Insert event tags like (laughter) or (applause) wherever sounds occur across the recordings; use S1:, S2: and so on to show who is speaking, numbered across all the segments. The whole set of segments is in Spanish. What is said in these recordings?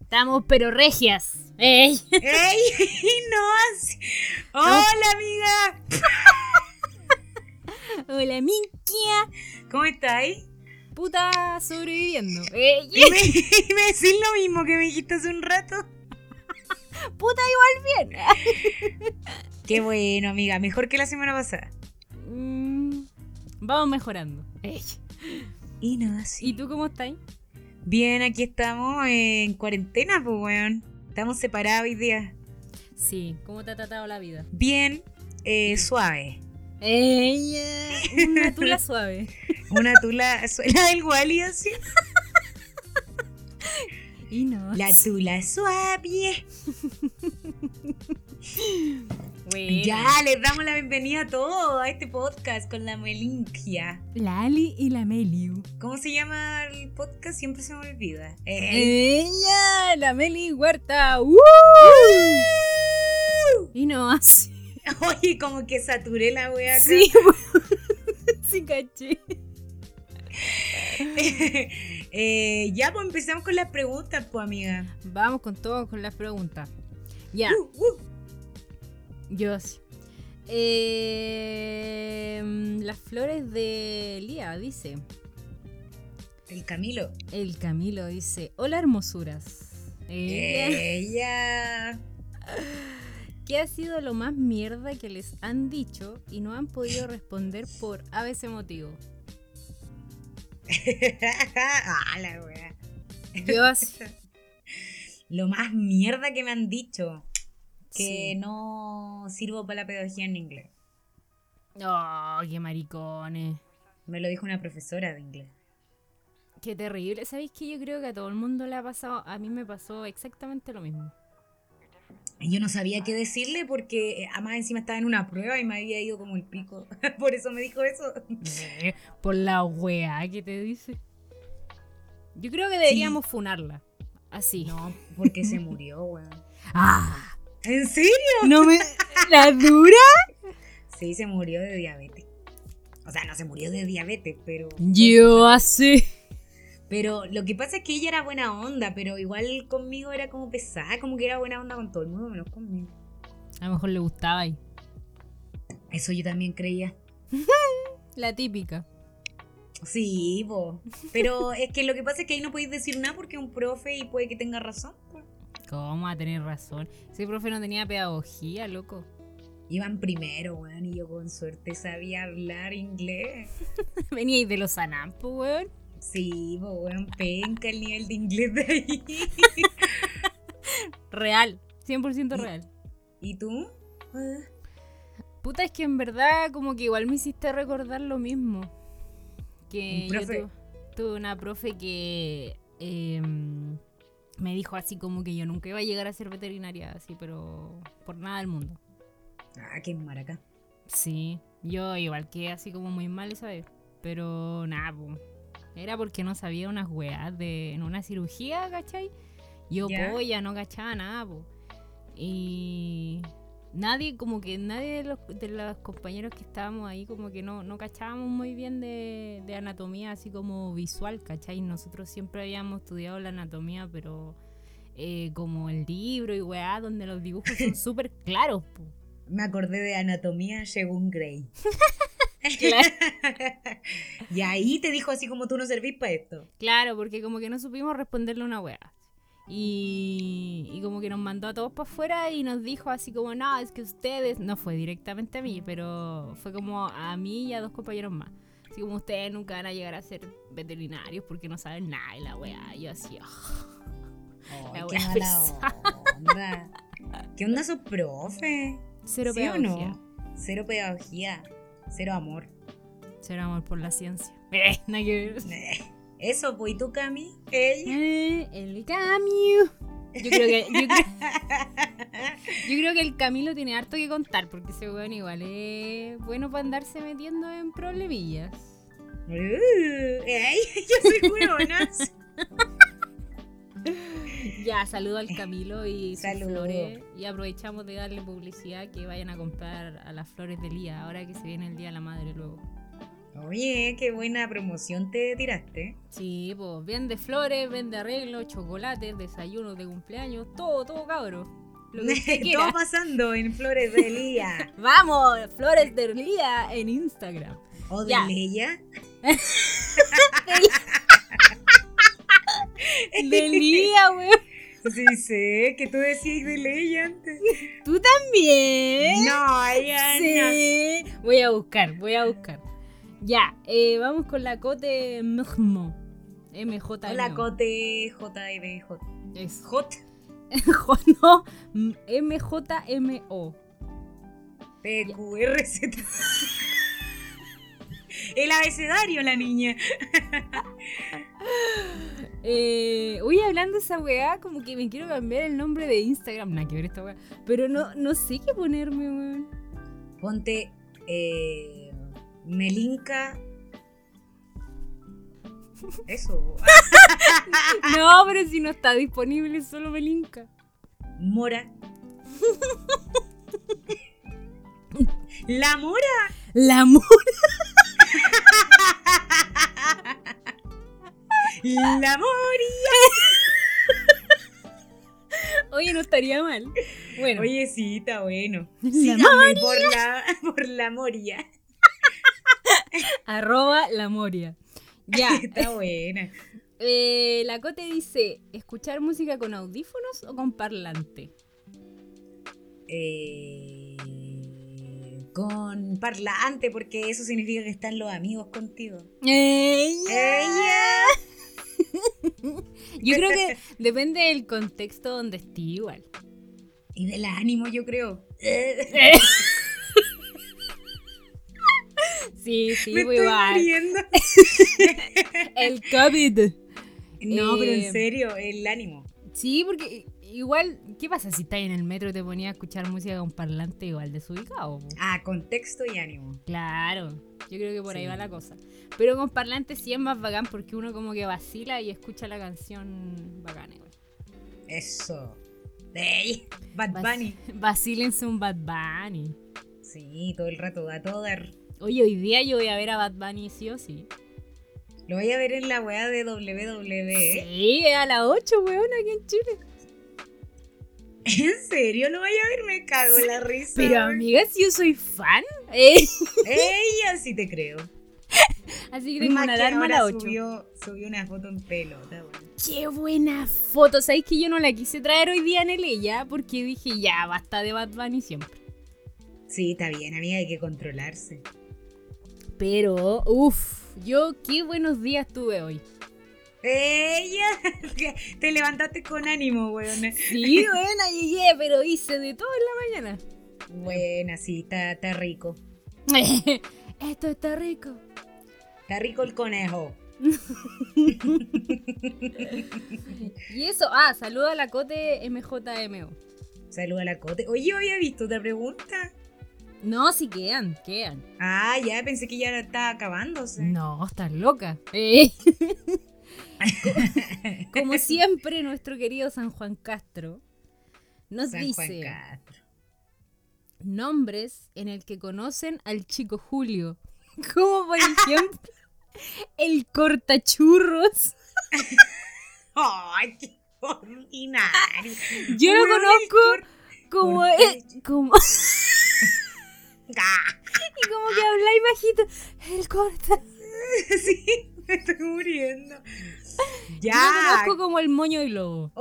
S1: Estamos pero regias. ¡Ey!
S2: ¡Ey! (laughs) ¡No! ¡Hola, amiga!
S1: (laughs) Hola, Minkia.
S2: ¿Cómo eh? estáis?
S1: Puta sobreviviendo. ¡Ey!
S2: ¿Y (laughs) me, y me decís lo mismo que me dijiste hace un rato?
S1: Puta igual bien.
S2: Qué bueno, amiga. Mejor que la semana pasada.
S1: Mm, vamos mejorando. Ey.
S2: Y no así.
S1: ¿Y tú cómo estás?
S2: Bien, aquí estamos eh, en cuarentena, pues, weón. Estamos separados hoy día.
S1: Sí, ¿cómo te ha tratado la vida?
S2: Bien, (laughs) eh, suave.
S1: Ella, una tula suave.
S2: Una tula (laughs) suena del Wally así.
S1: Y no.
S2: La tula suave.
S1: Bueno.
S2: Ya, les damos la bienvenida a todos a este podcast con la Melingia.
S1: La Ali y la Meliu.
S2: ¿Cómo se llama el podcast? Siempre se me olvida. Eh,
S1: Ella, la Meli Huerta. ¡Uh! Y no así.
S2: (laughs) Oye, como que saturé la wea acá.
S1: Sí, bueno. (laughs) sí, caché.
S2: (laughs) Eh, ya, pues empezamos con las preguntas, pues, amiga.
S1: Vamos con todo, con las preguntas. Ya,
S2: Uh, uh.
S1: Dios. Eh, las flores de Lía, dice.
S2: El Camilo.
S1: El Camilo dice, hola hermosuras. Eh,
S2: Ella. (laughs)
S1: ¿Qué ha sido lo más mierda que les han dicho y no han podido responder por ABC motivo?
S2: ah, la wea.
S1: Dios.
S2: Lo más mierda que me han dicho. Que
S1: Sí.
S2: no sirvo para la pedagogía en inglés.
S1: Oh, qué maricones.
S2: Me lo dijo una profesora de inglés.
S1: Qué terrible. ¿Sabéis que yo creo que a todo el mundo le ha pasado? A mí me pasó exactamente lo mismo.
S2: Yo no sabía qué decirle porque eh, además encima estaba en una prueba y me había ido como el pico. (laughs) Por eso me dijo eso.
S1: Por la weá que te dice. Yo creo que deberíamos funarla. Así.
S2: No, porque se murió, weón.
S1: ¡Ah!
S2: ¿En serio?
S1: No me. (laughs) ¿La dura?
S2: Sí, se murió de diabetes. O sea, no se murió de diabetes, pero...
S1: Mm. Yo así.
S2: Pero lo que pasa es que ella era buena onda, pero igual conmigo era como pesada, como que era buena onda con todo el mundo, menos conmigo.
S1: A lo mejor le gustaba ahí.
S2: Eso yo también creía.
S1: La típica.
S2: Sí, po. Pero es que lo que pasa es que ahí no podéis decir nada porque es un profe y puede que tenga razón. po.
S1: ¿Cómo va a tener razón? Ese profe no tenía pedagogía, loco. (laughs)
S2: Iban primero, weón, y yo con suerte sabía hablar inglés.
S1: Venía ahí de los anampos, weón.
S2: Sí, po, weón, penca el nivel de inglés de ahí. (laughs)
S1: Real. 100% real.
S2: ¿Y tú?
S1: Puta, es que en verdad como que igual me hiciste recordar lo mismo. Que
S2: Un
S1: yo
S2: profe.
S1: tu- tuve una profe que eh, me dijo así como que yo nunca iba a llegar a ser veterinaria, así, pero por nada del mundo.
S2: Ah, qué maraca.
S1: Sí, yo igual quedé así como muy mal esa vez, pero nada, po. era porque no sabía unas weas de, en una cirugía, ¿cachai? Yo
S2: Ya.
S1: polla, no cachaba nada, po. Y nadie, como que nadie de los, de los compañeros que estábamos ahí, como que no, no cachábamos muy bien de, de anatomía, así como visual, ¿cachai? Nosotros siempre habíamos estudiado la anatomía, pero eh, como el libro y weá, donde los dibujos son súper claros, po.
S2: Me acordé de anatomía según Grey.
S1: (laughs) Claro.
S2: y ahí te dijo así como tú no servís para esto.
S1: Claro, porque como que no supimos responderle una wea. Y, y como que nos mandó a todos para afuera y nos dijo así como, no, es que ustedes, no fue directamente a mí, pero fue como a mí y a dos compañeros más. Así como ustedes nunca van a llegar a ser veterinarios porque no saben nada de la wea. Y yo así, "Ah".
S2: Ay,
S1: La
S2: qué
S1: wea
S2: mala onda. ¿Qué onda esos profe?
S1: cero
S2: ¿Sí o
S1: pedagogía.
S2: no? Cero pedagogía, cero amor. (laughs)
S1: Cero amor por la ciencia. (laughs) Eh, nada que ver.
S2: Eso, pues, ¿y tú, Cami? Ella.
S1: Eh, el Camilo. Yo creo que. Yo creo, yo creo que el Camilo tiene harto que contar, porque ese weón igual es bueno para andarse metiendo en problemillas.
S2: Uh, ey, (laughs) yo soy huevonas.
S1: Ya, saludo al Camilo y sus
S2: Saludo.
S1: flores. Y aprovechamos de darle publicidad que vayan a comprar a las flores del día, ahora que se viene el Día de la Madre luego.
S2: Oye, qué buena promoción te tiraste.
S1: Sí, pues vende flores, vende arreglos, chocolates, desayunos de cumpleaños, todo, todo cabro. Lo que usted quiera.
S2: (laughs) Todo pasando en Flores de
S1: (laughs)
S2: Lía
S1: Vamos, Flores de Lía en Instagram.
S2: o de
S1: Ya.
S2: Leia.
S1: De Lía, (laughs) weón.
S2: Sí, sé que tú decías de Leia antes.
S1: Tú también.
S2: No, ella no.
S1: ¿Eh? Sí. Voy a buscar, voy a buscar. Ya, eh, vamos con la Cote Mjmo. MJ.
S2: Hola, Cote, J.I.B. J.
S1: Es (laughs)
S2: J.
S1: no, MJMO.
S2: P, Q, R, Z. El abecedario, la niña.
S1: Eh, oye, hablando de esa weá, como que me quiero cambiar el nombre de Instagram. Nada que ver esta weá. Pero no, no sé qué ponerme, weón.
S2: (laughs) Ponte eh, Melinka. Eso.
S1: No, pero si no está disponible, solo Melinka.
S2: Mora. La mora.
S1: La mu- (laughs)
S2: La mori.
S1: Oye, no estaría mal. Bueno,
S2: Oye, sí, está bueno.
S1: La
S2: Síganme por la, por la moria.
S1: arroba la Moria.
S2: (laughs)
S1: Ya,
S2: Está buena.
S1: eh, la Cote dice: ¿escuchar música con audífonos o con parlante?
S2: Eh, con parlante, porque eso significa que están los amigos contigo. (laughs) ¡Ella!
S1: Yo creo que depende del contexto donde esté igual.
S2: Y del ánimo, yo creo.
S1: Sí, sí,
S2: Me
S1: voy
S2: estoy
S1: igual.
S2: muriendo.
S1: El COVID.
S2: No, pero
S1: Eh,
S2: en serio, el ánimo.
S1: Sí, porque igual, ¿qué pasa si estás en el metro y te ponías a escuchar música con parlante igual desubicado? po?
S2: Ah, contexto y ánimo.
S1: Claro, yo creo que por ahí
S2: Sí.
S1: va la cosa. Pero con parlante sí es más bacán porque uno como que vacila y escucha la canción bacana igual. (laughs)
S2: Eso. Ey, Bad
S1: Vac-
S2: Bunny.
S1: Vacílense un Bad Bunny.
S2: Sí, todo el rato, a todo dar.
S1: Oye, hoy día yo voy a ver a Bad Bunny sí o sí.
S2: Lo voy a ver en la weá de E. WWE.
S1: Sí, es a las 8, weón, aquí en Chile.
S2: (laughs) ¿En serio lo vaya a ver? Me cago en la risa.
S1: Pero amiga, si yo soy fan. Eh, (laughs)
S2: Ella sí te creo.
S1: Así que tengo
S2: Más
S1: una
S2: que
S1: alarma a
S2: ahora
S1: las 8.
S2: Subió, subió una foto en pelota. weón.
S1: Qué buena foto. Sabéis que yo no la quise traer hoy día en el ella porque dije ya basta de Bad Bunny siempre.
S2: Sí, está bien, amiga, hay que controlarse.
S1: Pero, uff, yo qué buenos días tuve hoy.
S2: Ella, (laughs) te levantaste con ánimo, weón.
S1: Sí, buena, llegué, pero hice de todo en la
S2: Buena, sí, está, está rico.
S1: mañana.
S2: (laughs)
S1: Esto está rico.
S2: Está rico el conejo.
S1: Y eso, ah, saluda a la Cote MJMO.
S2: Saluda a la cote. Oye, yo había visto otra pregunta.
S1: No, si quedan, quedan.
S2: Ah, ya, pensé que ya estaba acabándose.
S1: No, estás loca. Eh.
S2: (laughs)
S1: Como siempre, nuestro querido San Juan Castro nos
S2: San Juan
S1: dice
S2: Castro.
S1: nombres en el que conocen al chico Julio. (laughs) Como por ejemplo, el cortachurros.
S2: ¡Ay, qué ordinario!
S1: (laughs) Yo lo
S2: Weón, el
S1: conozco como,
S2: cor-
S1: eh, como,
S2: Ah,
S1: y como que habláis bajito. El corta.
S2: (laughs) sí, me estoy muriendo.
S1: Yo lo
S2: Ya.
S1: conozco como el moño y lobo.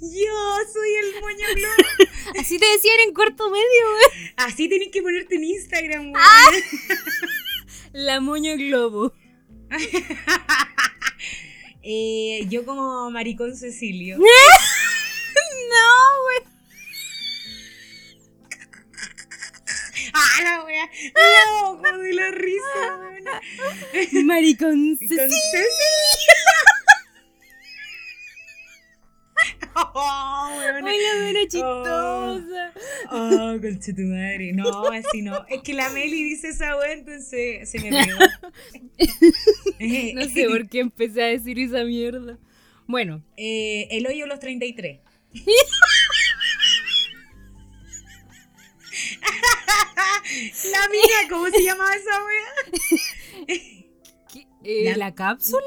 S2: Yo soy el moño globo.
S1: Así te decían en cuarto medio, güey.
S2: Así tenés que ponerte en Instagram, weón.
S1: La moño globo. (laughs)
S2: Eh, yo como maricón Cecilio.
S1: No, güey.
S2: ¡Ah, la wea! ¡Loco de la risa, weón!
S1: Maricón.
S2: Con
S1: Ceci.
S2: Cecilio. Oh, weona.
S1: Ay, la buena
S2: Oh.
S1: chistosa.
S2: Oh, conche tu madre. No, así no. Es que la Meli dice esa wea, entonces se me pegó.
S1: No sé por qué empecé a decir esa mierda. Bueno,
S2: Eh, el hoyo los
S1: (laughs)
S2: 33. la mina, ¿cómo se llamaba esa wea?
S1: Eh, la... ¿La cápsula?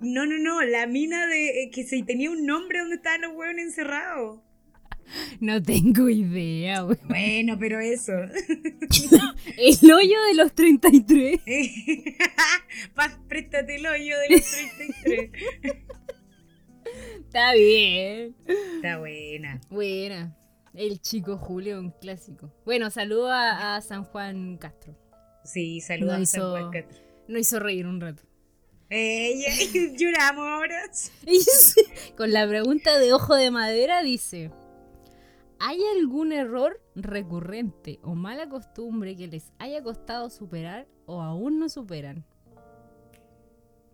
S2: No, no, no, la mina de eh, que se tenía un nombre donde estaban los hueones encerrados.
S1: No tengo idea, weón.
S2: Bueno, pero eso. (laughs)
S1: el hoyo de los 33.
S2: Paz, préstate el hoyo de los 33.
S1: Está bien.
S2: Está buena.
S1: Buena. El chico Julio, un clásico. Bueno, saludo a, a San Juan Castro.
S2: Sí, saludo nos a San Juan Castro.
S1: Nos hizo reír un rato. (laughs)
S2: Ella, (laughs) lloramos ahora.
S1: Con la pregunta de ojo de madera dice, ¿hay algún error recurrente o mala costumbre que les haya costado superar o aún no superan?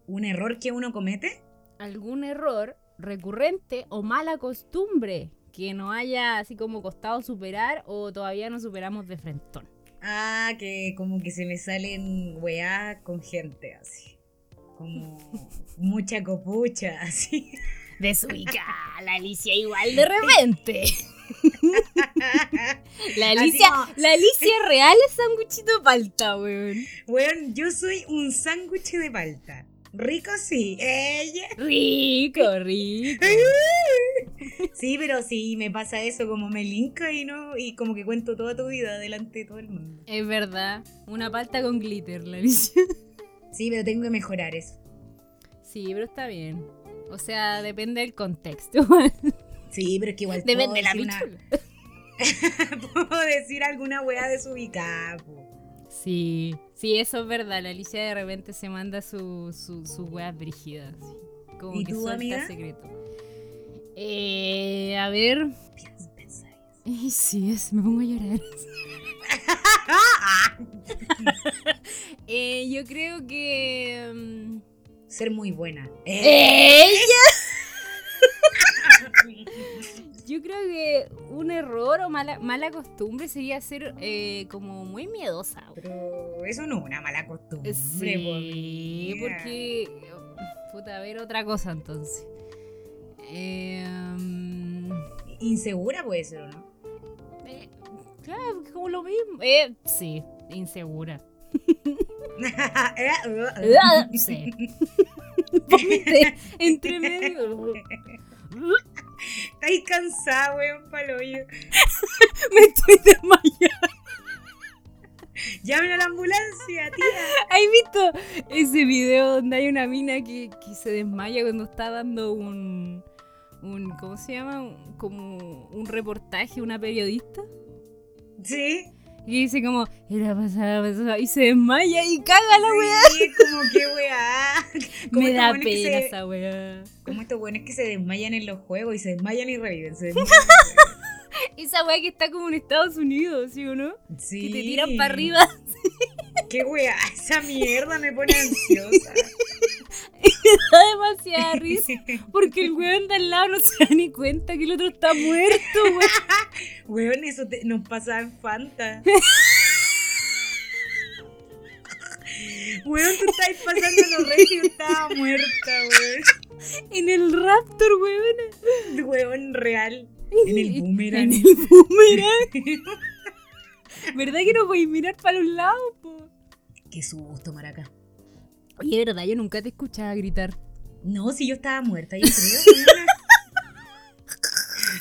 S2: ¿Un error que uno comete?
S1: ¿Algún error recurrente o mala costumbre que nos haya así como costado superar o todavía no superamos de frentón?
S2: Ah, que como que se me salen weá con gente así como mucha copucha, (laughs) así.
S1: Desubica la Alicia igual de
S2: (laughs)
S1: repente. la Alicia, como... la Alicia real es sanguchito de palta, weón.
S2: Weón, yo soy un sándwich de palta. Rico sí, ella.
S1: Rico, rico.
S2: sí, pero sí, me pasa eso, como me linka y no, y como que cuento toda tu vida delante de todo el mundo.
S1: Es verdad, una palta con glitter, la Alicia.
S2: Sí, pero tengo que mejorar eso.
S1: Sí, pero está bien. O sea, depende del contexto.
S2: Oh, sí, pero es que igual.
S1: (laughs) Depende de la una...
S2: (laughs) Puedo decir alguna wea desubicada.
S1: Sí, sí, eso es verdad. La Alicia de repente se manda sus su, su weas brígidas. ¿sí? Como
S2: ¿Y
S1: que
S2: tú,
S1: suelta
S2: amiga?
S1: secreto. Eh, a ver.
S2: Piensa, piensa eso.
S1: Ay, sí, es, me pongo a llorar. (laughs) Eh, yo creo que. mm,
S2: Ser muy buena. Eh,
S1: Eh. Yo creo que un error o mala, mala costumbre sería ser eh, como muy miedosa.
S2: Pero eso no es una mala costumbre. po,
S1: Sí,
S2: amiga.
S1: porque. Puta, a ver otra cosa entonces. Eh, mm,
S2: Insegura puede ser, ¿o ¿no?
S1: eh, claro, es como lo mismo. Eh, sí, insegura. Ah, (laughs) sí. Ponte entre medio.
S2: (laughs) Estáis cansada, weón, paloyo.
S1: Me estoy desmayando.
S2: Llamen a la ambulancia, tía.
S1: ¿Has visto ese video donde hay una mina que, que se desmaya cuando está dando un, un ¿cómo se llama? Un- como un reportaje, una periodista.
S2: Sí.
S1: Y dice como, era pasada, pasada, y se desmaya y caga la weá.
S2: Sí, es como que weá. Como
S1: Me
S2: estos
S1: da
S2: buenos que
S1: pena
S2: se-
S1: esa weá.
S2: Como estos buenos que se desmayan en los juegos y se desmayan y reviven. se desmayan.
S1: Esa weá que está como en Estados Unidos, ¿sí o no? (laughs)
S2: Sí.
S1: Que te tiran para arriba.
S2: Qué weá, esa mierda me pone
S1: (laughs)
S2: ansiosa.
S1: Da
S2: (laughs)
S1: demasiada risa. Porque el weón de al lado no se da ni cuenta que el otro está muerto, weón.
S2: Weón, eso te- nos pasaba en
S1: (laughs)
S2: Fanta. Weón, tú estabas pasando los reyes y yo estaba muerta,
S1: En el Raptor, weón.
S2: weón. Weón real. En el
S1: En
S2: boomerang.
S1: el boomerang. ¿Verdad que no podéis mirar para los lados, po?
S2: Qué susto, maraca.
S1: Oye, verdad, yo nunca te escuchaba gritar.
S2: No, si yo estaba muerta, yo creo. (laughs) weona.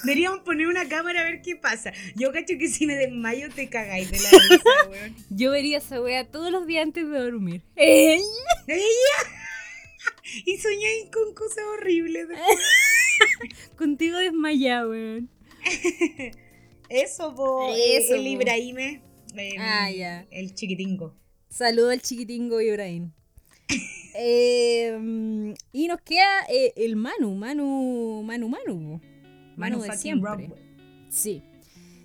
S2: Deberíamos poner una cámara a ver qué pasa. Yo cacho que si me desmayo te cagáis de la risa,
S1: (laughs)
S2: weón.
S1: Yo vería esa wea todos los días antes de dormir. (laughs) ¡Ey!
S2: (laughs) Y soñáis con cosas horribles. de-
S1: Contigo desmayada, weón.
S2: Eso, po.
S1: Eso,
S2: el
S1: po.
S2: Ibrahime. em,
S1: Ah, ya.
S2: El chiquitingo.
S1: Saludo al chiquitingo Ibrahim. (laughs) Eh, mm, y nos queda eh, el Manu, Manu, Manu, Manu. Manu de
S2: fucking
S1: siempre.
S2: Rockwell.
S1: Sí.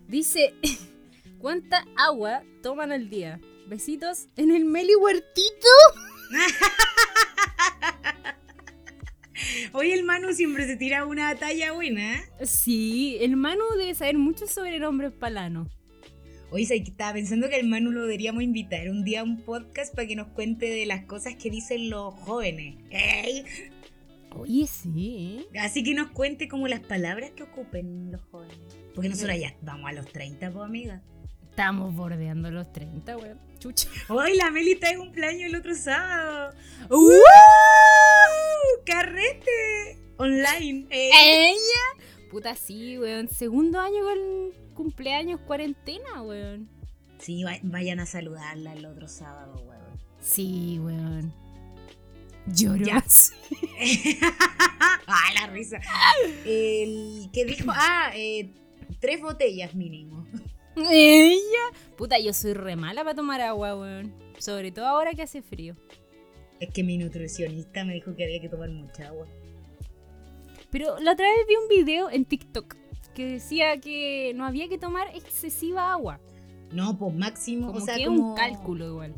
S1: Dice, (laughs) ¿cuánta agua toman al día? Besitos en el Meli Huertito.
S2: Hoy el Manu siempre se tira una talla buena. ¿eh?
S1: Sí, el Manu debe saber mucho sobre nombres palanos.
S2: Hoy se estaba pensando que el Manu lo deberíamos invitar un día a un podcast para que nos cuente de las cosas que dicen los jóvenes. ¡Ey!
S1: Oye, sí. ¿eh?
S2: Así que nos cuente como las palabras que ocupen los jóvenes. Porque nosotros ya vamos a los 30, pues, amiga.
S1: Estamos bordeando los 30, weón. Chucha.
S2: ¡Ay, la Meli está de cumpleaños el otro sábado!
S1: (laughs) ¡Uh!
S2: ¡Uh! ¡Carrete! Online. eh.
S1: (laughs) ¡Ella! Puta, sí, weón. Segundo año con cumpleaños cuarentena, weón.
S2: Sí, va- vayan a saludarla el otro sábado, weón. (laughs)
S1: Sí, weón. Lloro. (laughs)
S2: Ya. ¡Ah, la risa! El que dijo, ah, eh, tres botellas mínimo.
S1: ¡Ella! Puta, yo soy re mala para tomar agua, weón. Sobre todo ahora que hace frío.
S2: Es que mi nutricionista me dijo que había que tomar mucha agua.
S1: Pero la otra vez vi un video en TikTok que decía que no había que tomar excesiva agua.
S2: No, pues máximo,
S1: Como
S2: o sea,
S1: que es
S2: como-
S1: un cálculo igual.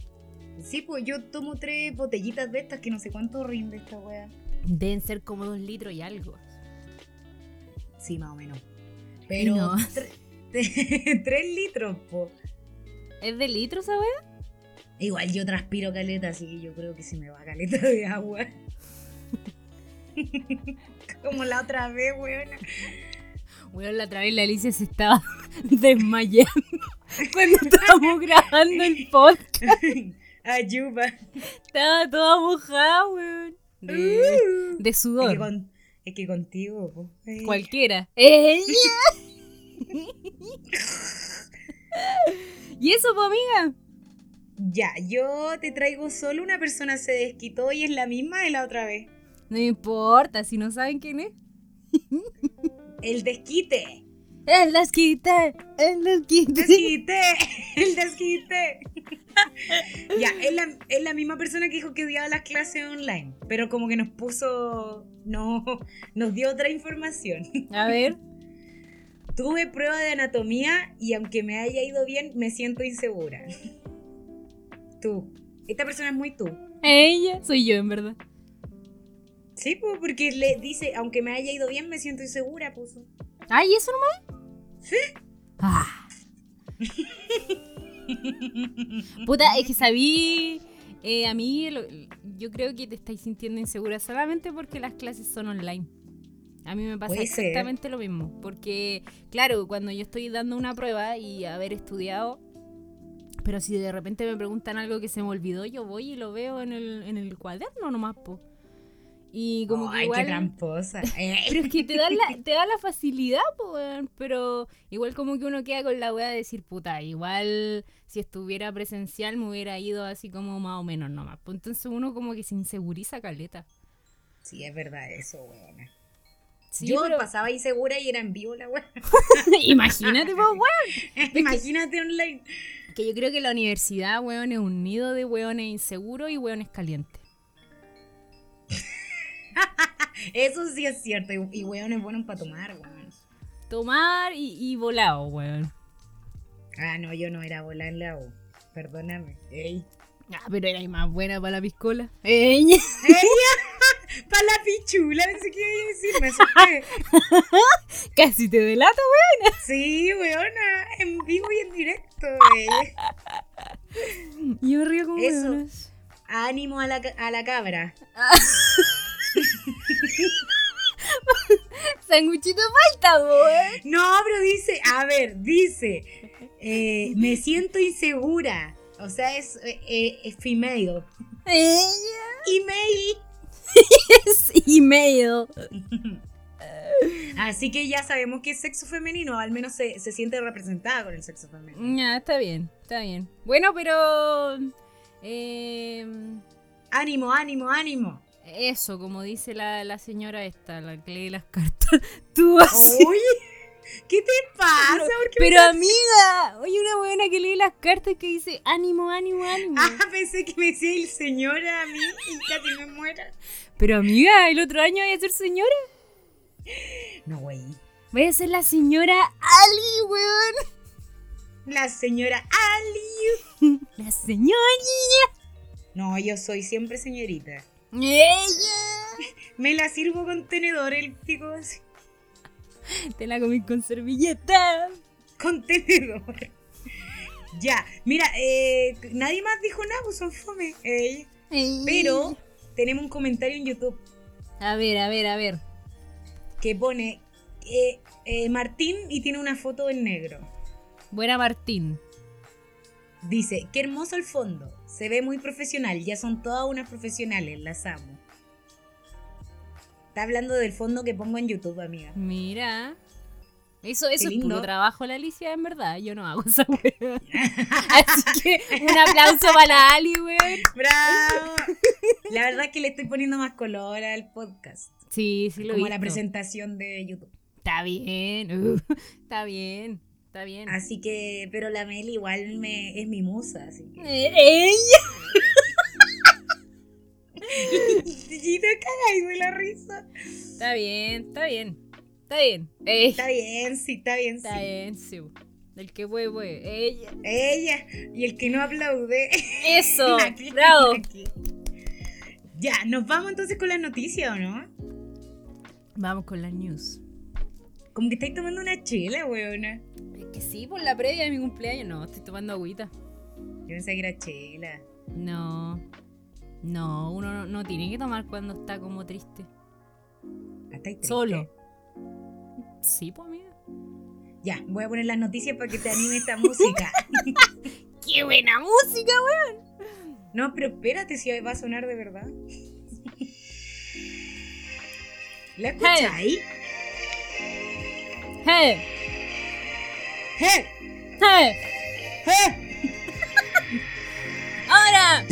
S2: Sí, pues yo tomo tres botellitas de estas que no sé cuánto rinde esta wea.
S1: Deben ser como dos litros y algo.
S2: Sí, más o menos. Pero
S1: No.
S2: (laughs) tre- te- (laughs) tres litros, po.
S1: ¿Es de litros esa weá?
S2: Igual yo transpiro caleta, así que yo creo que se me va caleta de agua. (laughs) Como la otra vez, weona. (laughs)
S1: Weón, la otra vez la Alicia se estaba (laughs) desmayando (laughs) cuando estábamos grabando el podcast.
S2: Ayuba.
S1: Estaba toda mojada, weón. De, de
S2: Uh. es, que
S1: sudor.
S2: con- es que contigo, po. Eh,
S1: Cualquiera. ¡Ella! ¿Y eso, pues, amiga?
S2: Ya, yo te traigo solo una persona se desquitó y es la misma de la otra vez.
S1: No me importa, si no saben quién es.
S2: El desquite.
S1: ¡El desquite! ¡El desquite!
S2: desquite, (laughs) el desquite. (laughs) ya, es la, es la misma persona que dijo que odiaba las clases online, pero como que nos puso, no, nos dio otra información. (laughs)
S1: A ver.
S2: Tuve prueba de anatomía y aunque me haya ido bien, me siento insegura. (laughs) Tú, esta persona es muy tú.
S1: Ella, soy yo en verdad.
S2: Sí, pues, porque le dice, aunque me haya ido bien, me siento insegura, puso.
S1: Ay, eso nomás. Sí. Ah. Puta, es que sabí. eh, a mí, lo- yo creo que te estáis sintiendo insegura solamente porque las clases son online. A mí me pasa
S2: Puede ser.
S1: exactamente lo mismo. Porque, claro, cuando yo estoy dando una prueba y haber estudiado, pero si de repente me preguntan algo que se me olvidó, yo voy y lo veo en el, en el cuaderno nomás, po. Y como que
S2: Ay,
S1: igual.
S2: qué tramposa. (laughs) Eh,
S1: Pero es que te dan la, te da la facilidad, po, weón, pero igual como que uno queda con la weá de decir, puta, igual si estuviera presencial me hubiera ido así como más o menos nomás. po". Entonces uno como que se inseguriza caleta.
S2: sí, es verdad eso, weona.
S1: Sí,
S2: Yo
S1: (laughs) pero-
S2: pasaba insegura y era en vivo la (laughs) weona.
S1: imagínate, po, weón.
S2: Imagínate online.
S1: Que yo creo que la universidad, weón, es un nido de weones inseguros y weones calientes.
S2: Eso sí es cierto. Y, y weón es bueno para tomar, weón.
S1: Tomar y, y volado, weón.
S2: Ah, no, yo no era volar en la U. Perdóname. Ey.
S1: Ah, pero era más buena para la piscola. Eh, Ey.
S2: Para la pichula, pensé que iba a decir. Me asusté.
S1: (laughs) Casi te delato,
S2: Sí, weona. En vivo y en directo. eh. ey.
S1: weón. Yo río como
S2: Eso.
S1: weones.
S2: Ánimo a la, ca- a la cabra.
S1: Sanguchito falta, weón.
S2: No, pero dice, a ver, dice. eh, me siento insegura. O sea, es eh, eh, es female.
S1: Ella
S2: Email.
S1: es email.
S2: Así que ya sabemos que es sexo femenino, al menos se, se siente representada con el sexo femenino.
S1: Ya, está bien, está bien. Bueno, pero. eh,
S2: Ánimo, ánimo, ánimo.
S1: eso, como dice la, la señora esta, la que lee las cartas. (laughs) Tú así.
S2: Oye, ¿qué te pasa? ¿Por qué me
S1: (laughs) Pero
S2: estás-
S1: amiga, oye, una buena que lee las cartas que dice ánimo, ánimo, ánimo.
S2: (laughs) Ah, pensé que me decía el señora a mí y casi me muera.
S1: Pero amiga, el otro año voy a ser señora.
S2: No, güey.
S1: Voy a ser la señora Ali, weón. (laughs)
S2: La señora Ali.
S1: La señora.
S2: No, yo soy siempre señorita.
S1: Ella.
S2: Me la sirvo con tenedor, el pico así.
S1: Te la comí con servilleta.
S2: Con tenedor. (laughs) Ya, mira, eh, nadie más dijo nada, pues son fome. Ey. Pero tenemos un comentario en YouTube.
S1: A ver, a ver, a ver.
S2: que pone eh, eh, Martín y tiene una foto en negro.
S1: Buena Martín.
S2: Dice, qué hermoso el fondo. Se ve muy profesional. Ya son todas unas profesionales. Las amo. Está hablando del fondo que pongo en
S1: (laughs)
S2: YouTube, amiga.
S1: Mira. Eso,
S2: Qué
S1: eso es
S2: lindo.
S1: puro trabajo, la Alicia, en verdad. Yo no hago esa (laughs) weá. Así que un aplauso para la Ali, weón.
S2: ¡Bravo! (laughs) La verdad es que le estoy poniendo más color al podcast.
S1: Sí, sí lo
S2: como a
S1: he
S2: la
S1: visto.
S2: presentación de YouTube.
S1: Está bien, (laughs) uh, está bien, está bien.
S2: Así que, pero la Mel igual me, es mi musa, así (laughs) que.
S1: Eh, ¡Ella!
S2: Y te cagáis de la risa.
S1: (laughs) Está bien, está bien, está bien. Eh,
S2: Está bien, sí, está bien,
S1: está
S2: sí.
S1: bien, sí. El que puede, puede. Ella. (laughs)
S2: Ella y el que no aplaude. (laughs)
S1: Eso,
S2: Aquí,
S1: bravo.
S2: aquí. Ya, nos vamos entonces con las noticias, ¿o no?
S1: Vamos con las news.
S2: Como que estáis tomando una chela, weona.
S1: Es que sí, por la previa de mi cumpleaños. No, estoy tomando agüita.
S2: Yo pensé que era chela.
S1: No, no, uno no, no tiene que tomar cuando está como triste.
S2: Ah, estáis triste.
S1: Solo. Sí, pues mira.
S2: Ya, voy a poner las noticias para que te anime esta (laughs) música.
S1: ¡Qué buena música, weón!
S2: No, pero espérate si va a sonar de verdad. ¿La escucháis?
S1: ¡Hey!
S2: ¡Hey!
S1: ¡Hey!
S2: ¡Hey!
S1: ¡Ahora!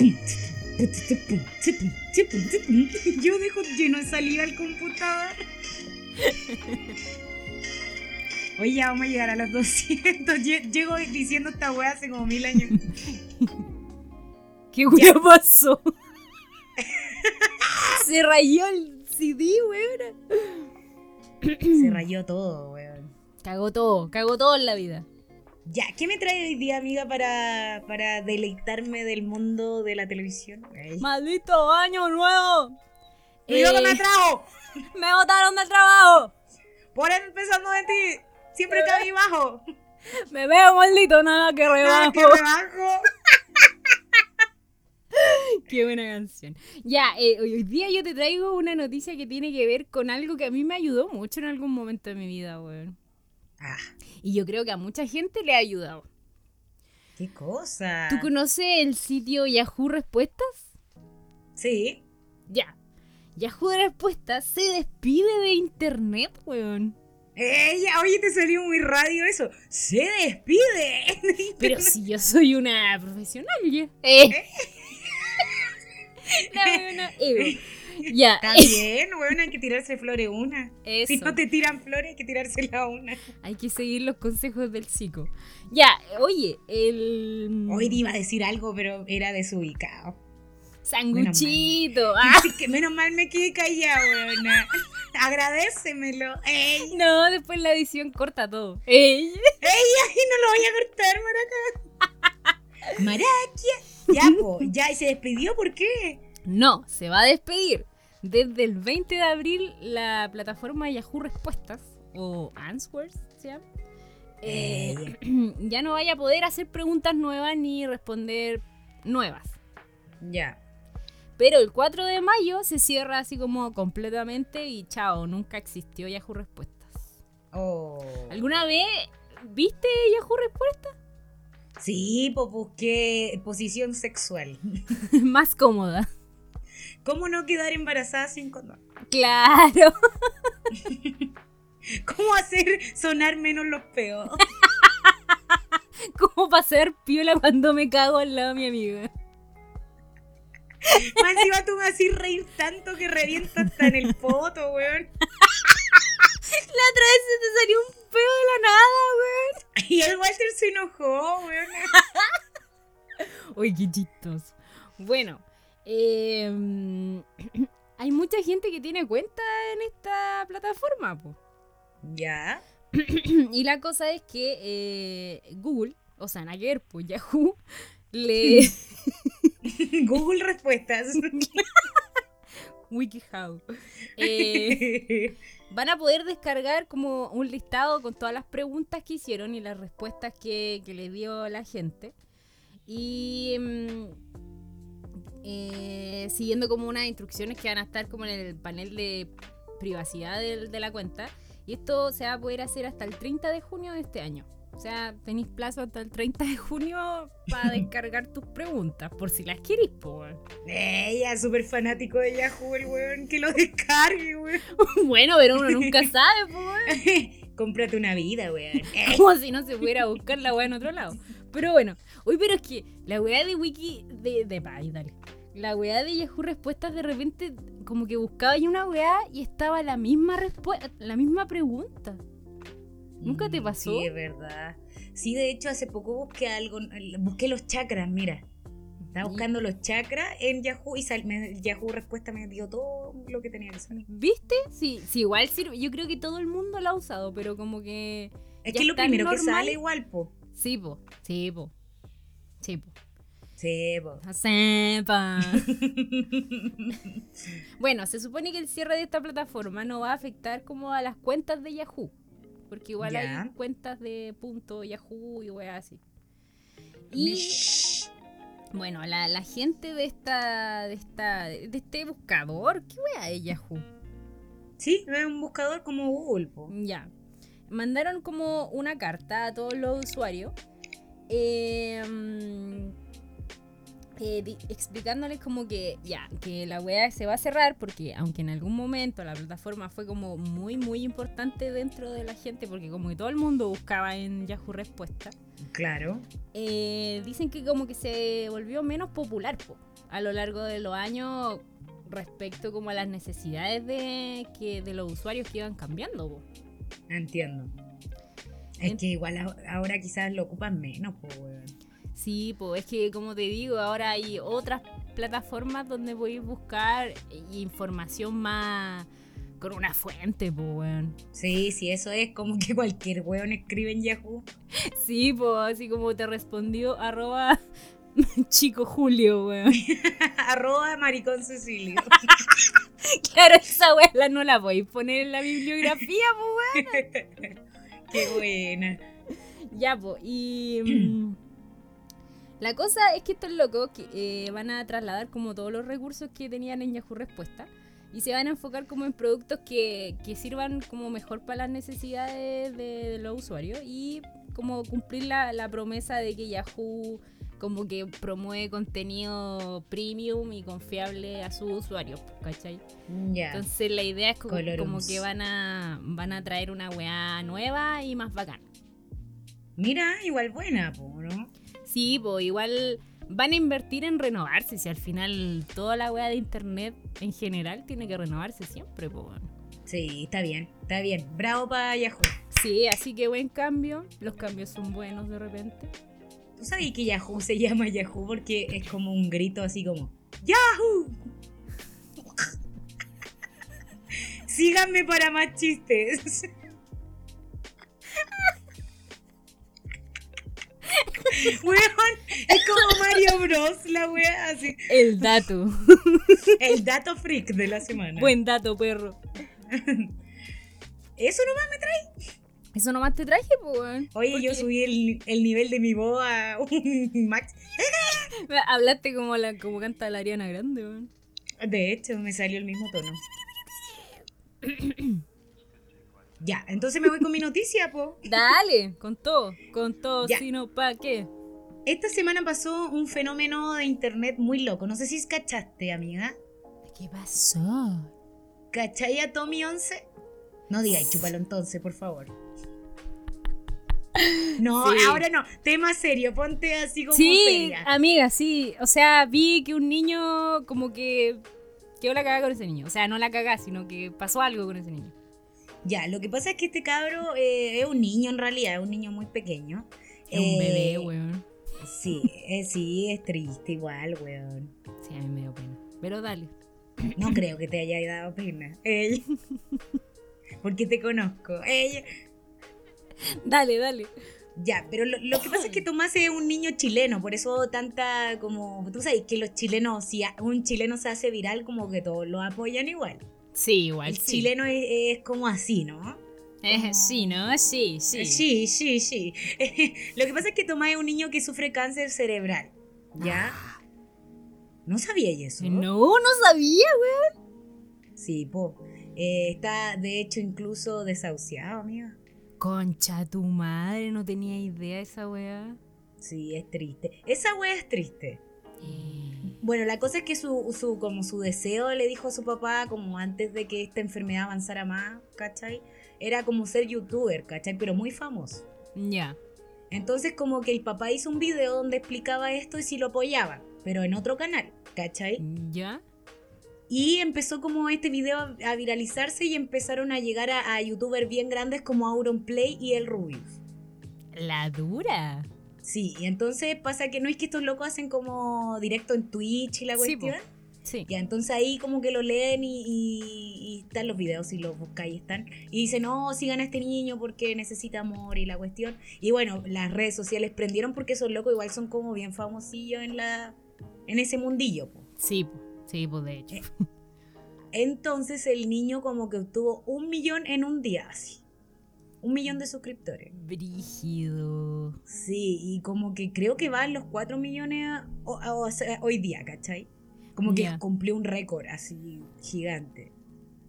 S2: Yo dejo lleno de saliva el computador. Oye, ya vamos a llegar a los 200. Lle- Llego diciendo esta wea hace como mil años.
S1: ¿Qué weá pasó? (laughs) Se rayó el CD, weón.
S2: Se rayó todo, weón.
S1: Cagó todo, cagó todo en la vida.
S2: Ya, ¿qué me trae hoy día, amiga, para, para deleitarme del mundo de la televisión? Ay.
S1: ¡Maldito año nuevo!
S2: ¡Mira lo que
S1: Eh,
S2: me trajo!
S1: ¡Me botaron del trabajo!
S2: Por eso empezando de ti, siempre te vi bajo.
S1: ¡Me veo maldito, nada que
S2: Nada
S1: rebajo!
S2: que rebajo.
S1: Qué buena canción. Ya, eh, hoy hoy día yo te traigo una noticia que tiene que ver con algo que a mí me ayudó mucho en algún momento de mi vida, weón.
S2: Ah,
S1: Y yo creo que a mucha gente le ha ayudado.
S2: qué cosa.
S1: ¿Tú conoces el sitio Yahoo Respuestas?
S2: Sí.
S1: Ya. Yahoo Respuestas se despide de internet, weón.
S2: Ella, oye, te salió muy radio eso. Se (laughs) despide.
S1: Pero si yo soy una profesional, ya. Eh. (laughs) No, no, ego. Ya.
S2: Está
S1: eh,
S2: bien, weón, hay que tirarse flores una. Ah, Si
S1: Eso.
S2: no te tiran flores, hay que tirárselas una.
S1: Hay que seguir los consejos del psico. Ya, oye, el.
S2: Hoy te iba a decir algo, pero era desubicado.
S1: Sanguchito. Ah,
S2: Así que menos mal me quedé callada, weona. Agradecemelo.
S1: (laughs)
S2: Ey, (laughs)
S1: no, después la edición corta todo. Ey.
S2: ay, no lo voy a cortar, maraca. Maraquia. Ya, po, ya, y se despidió, ¿por qué?
S1: (laughs) No, se va a despedir. Desde el 20 de abril, la plataforma Yahoo Respuestas, o Answers, se llama, eh, (clears throat) ya no vaya a poder hacer preguntas nuevas ni responder nuevas.
S2: Ya.
S1: Pero el 4 de mayo se cierra así como completamente y chao, nunca existió Yahoo Respuestas.
S2: Oh.
S1: ¿Alguna vez viste Yahoo Respuestas? (laughs)
S2: Sí, pues busqué posición sexual.
S1: Más cómoda. (laughs)
S2: ¿Cómo no quedar embarazada sin condón?
S1: Claro.
S2: ¿Cómo hacer sonar menos los peos?
S1: ¿Cómo pasar piola cuando me cago al lado de mi amiga?
S2: Más encima tú me haces reír tanto que revienta hasta en el poto, weón.
S1: La otra vez se te salió un peo de la nada, weón.
S2: Y el Walter se enojó, weón.
S1: Uy, qué chistoso. Bueno, eh, (clears throat) hay mucha gente que tiene cuenta en esta plataforma, po. (clears throat)
S2: Ya.
S1: Y la cosa es que eh, Google, o sea, Naguer, pues Yahoo, le.
S2: (laughs) Google respuestas.
S1: (laughs) WikiHow. Eh,
S2: (laughs)
S1: Van a poder descargar como un listado con todas las preguntas que hicieron y las respuestas que, que le dio la gente. Y mm, eh, siguiendo como unas instrucciones que van a estar como en el panel de privacidad del- de, la cuenta. Y esto se va a poder hacer hasta el 30 de junio de este año. O sea, tenéis plazo hasta el 30 de junio para descargar tus preguntas, por si las queréis, po, weón.
S2: Ella, súper fanático de Yahoo, el weón, que lo descargue, weón. (laughs)
S1: Bueno, pero uno nunca sabe, po, weón.
S2: Cómprate una vida, weón.
S1: Como si no se pudiera buscar la weá en otro lado. Pero bueno, uy, pero es que la weá de Wiki. de. de ay, dale. La weá de Yahoo Respuestas de repente, como que buscaba y una weá y estaba la misma respuesta, la misma pregunta. (laughs) ¿Nunca te
S2: Mm,
S1: pasó?
S2: Sí, es verdad. Sí, de hecho, hace poco busqué algo, busqué los chakras, mira. Estaba
S1: Y-
S2: buscando los chakras en Yahoo y sal- me- Yahoo Respuesta me dio todo lo que tenía que saber.
S1: ¿Viste? Sí, sí, igual sirve. Yo creo que todo el mundo la ha usado, pero como que.
S2: Es
S1: Ya
S2: que es lo
S1: está
S2: primero que
S1: normal.
S2: sale igual, po.
S1: Sí, po. Sí, po. Sí, po.
S2: Sí, po.
S1: Sepa. Bueno, se supone que el cierre de esta plataforma no va a afectar como a las cuentas de Yahoo. Porque igual
S2: Ya.
S1: hay cuentas de punto Yahoo y weas así.
S2: y...
S1: Y bueno, la, la gente de esta, de esta. de este buscador, ¿qué wea es Yahoo?
S2: Sí, es un buscador como Google, po.
S1: Ya. Mandaron como una carta a todos los usuarios. eh, mm, eh, di- explicándoles como que ya, que la web se va a cerrar porque aunque en algún momento la plataforma fue como muy muy importante dentro de la gente porque como que todo el mundo buscaba en Yahoo Respuesta,
S2: Claro.
S1: eh, dicen que como que se volvió menos popular po, a lo largo de los años respecto como a las necesidades de, que, de los usuarios que iban cambiando. po.
S2: Entiendo.
S1: Ent-
S2: Es que igual a- ahora quizás lo ocupan menos, po, weón.
S1: Sí, pues es que como te digo, ahora hay otras plataformas donde podéis buscar información más con una fuente, pues, weón.
S2: Sí, sí, eso es como que cualquier weón escribe en Yahoo. (laughs)
S1: Sí, pues así como te respondió arroba (laughs) chico Julio, weón. (laughs)
S2: Arroba maricón Cecilio. (laughs)
S1: Claro, esa weá la- no la podéis poner en la bibliografía, pues,
S2: Qué buena.
S1: weón. Ya, pues, y... mm, La cosa es que estos locos que, eh, van a trasladar como todos los recursos que tenían en Yahoo Respuesta y se van a enfocar como en productos que, que sirvan como mejor para las necesidades de, de los usuarios y como cumplir la, la promesa de que Yahoo como que promueve contenido premium y confiable a sus usuarios, ¿cachai?
S2: Ya.
S1: Entonces la idea es como,
S2: Colorums.
S1: como que van a, van a traer una weá nueva y más bacana.
S2: Mira, igual buena, po, ¿no?
S1: Sí, pues igual van a invertir en renovarse, si al final toda la weá de internet en general tiene que renovarse siempre, pues.
S2: Sí, está bien, está bien. Bravo para Yahoo.
S1: Sí, así que buen cambio, los cambios son buenos de repente.
S2: ¿Tú sabes que Yahoo se llama Yahoo porque es como un grito así como ¡Yahoo! Síganme para más chistes. Weón, es como Mario Bros. La wea así.
S1: El
S2: (laughs)
S1: dato,
S2: El dato freak de la semana.
S1: buen dato, perro.
S2: Eso nomás me trae.
S1: Eso nomás te traje, pues.
S2: Oye, yo subí el, el nivel de mi voz a un max.
S1: Hablaste como, la, como canta la Ariana Grande, weón.
S2: De hecho, me salió el mismo tono. (clears throat) ya, entonces me voy con mi noticia, po.
S1: Dale, con todo, con todo,
S2: Ya.
S1: si no, ¿pa' qué?
S2: Esta semana pasó un fenómeno de internet muy loco. No sé si cachaste, amiga.
S1: ¿Qué pasó?
S2: ¿Cachai a Tommy 11? No digáis, chúpalo entonces, por favor.
S1: (laughs)
S2: No,
S1: Sí.
S2: ahora no. Tema serio, ponte así como
S1: Sí,
S2: seria.
S1: amiga, sí. O sea, vi que un niño como que quedó la cagada con ese niño. O sea, no la cagá, sino que pasó algo con ese niño.
S2: Ya, lo que pasa es que este cabro eh, es un niño en realidad, es un niño muy pequeño.
S1: Es un bebé,
S2: Eh,
S1: weón.
S2: Sí, eh, sí, es triste igual, weón.
S1: Sí, a mí me dio pena. Pero dale.
S2: No creo que te haya dado pena. Ey. (laughs) Porque te conozco. Ey.
S1: Dale, dale.
S2: Ya, pero lo, lo que pasa es que Tomás es un niño chileno, por eso tanta como... Tú sabes que los chilenos, si a- un chileno se hace viral, como que todos lo apoyan igual.
S1: Sí, igual.
S2: El
S1: sí.
S2: chileno es, es como así, ¿no?
S1: Eh, sí, ¿no? Sí, sí.
S2: Eh, sí, sí. sí. (laughs) lo que pasa es que Tomás es un niño que sufre cáncer cerebral. ¿Ya? ¿No sabía eso?
S1: Ah. No, no sabía, weón.
S2: Sí, po. Eh, está, de hecho, incluso desahuciado, amiga.
S1: Concha, tu madre, no tenía idea esa weá.
S2: Sí, es triste. Esa wea es triste.
S1: Eh,
S2: Bueno, la cosa es que su, su, como su deseo le dijo a su papá, como antes de que esta enfermedad avanzara más, ¿cachai? Era como ser youtuber, ¿cachai? Pero muy famoso.
S1: Ya.
S2: Entonces como que el papá hizo un video donde explicaba esto y si lo apoyaban, pero en otro canal, ¿cachai?
S1: ¿Ya?
S2: Y empezó como este video a- a viralizarse y empezaron a llegar a, a youtubers bien grandes como Auron Play y el Rubius.
S1: La dura.
S2: Sí, y entonces pasa que no es que estos locos hacen como directo en Twitch y la
S1: Sí, po.
S2: cuestión.
S1: Sí.
S2: Ya, entonces ahí como que lo leen y, y- y están los videos y los buscáis están. Y dicen, no, sigan a este niño porque necesita amor y la cuestión. Y bueno, las redes sociales prendieron porque esos locos igual son como bien famosillos en la en ese mundillo. po.
S1: Sí, po. sí, pues de hecho.
S2: Eh. Entonces el niño como que obtuvo un millón en un día así. Un millón de suscriptores.
S1: Brígido.
S2: Sí, y como que creo que van los 4 millones a- o- a- o sea, hoy día, ¿cachai? Como que
S1: Ya.
S2: cumplió un récord así gigante.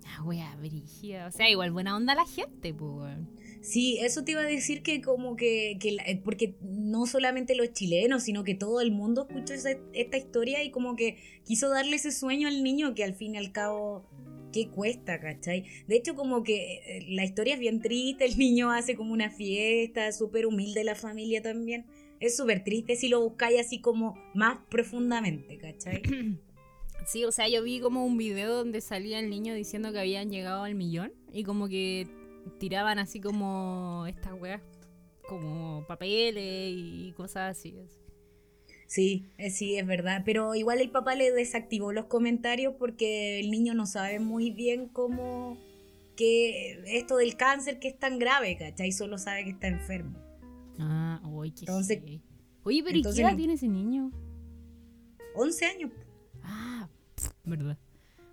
S1: La wea brígida. O sea, igual buena onda la gente, pues, weón.
S2: Sí, eso te iba a decir que como que, que la- eh, porque no solamente los chilenos, sino que todo el mundo escuchó esa- esta historia y como que quiso darle ese sueño al niño que al fin y al cabo, ¿qué cuesta, cachai? De hecho, como que eh, la historia es bien triste, el niño hace como una fiesta, súper humilde la familia también. Es súper triste si lo buscáis así como más profundamente, ¿cachai?
S1: Sí, o sea, yo vi como un video donde salía el niño diciendo que habían llegado al millón y como que tiraban así como estas weas, como papeles y cosas así. así.
S2: Sí, eh, sí, es verdad. Pero igual el papá le desactivó los comentarios porque el niño no sabe muy bien cómo que esto del cáncer que es tan grave, ¿cachai? Solo sabe que está enfermo.
S1: Ah, uy, qué
S2: Entonces-
S1: heavy. Oye, pero ¿y
S2: entonces
S1: qué edad
S2: no-
S1: tiene ese niño?
S2: 11 años.
S1: Ah, pf, verdad.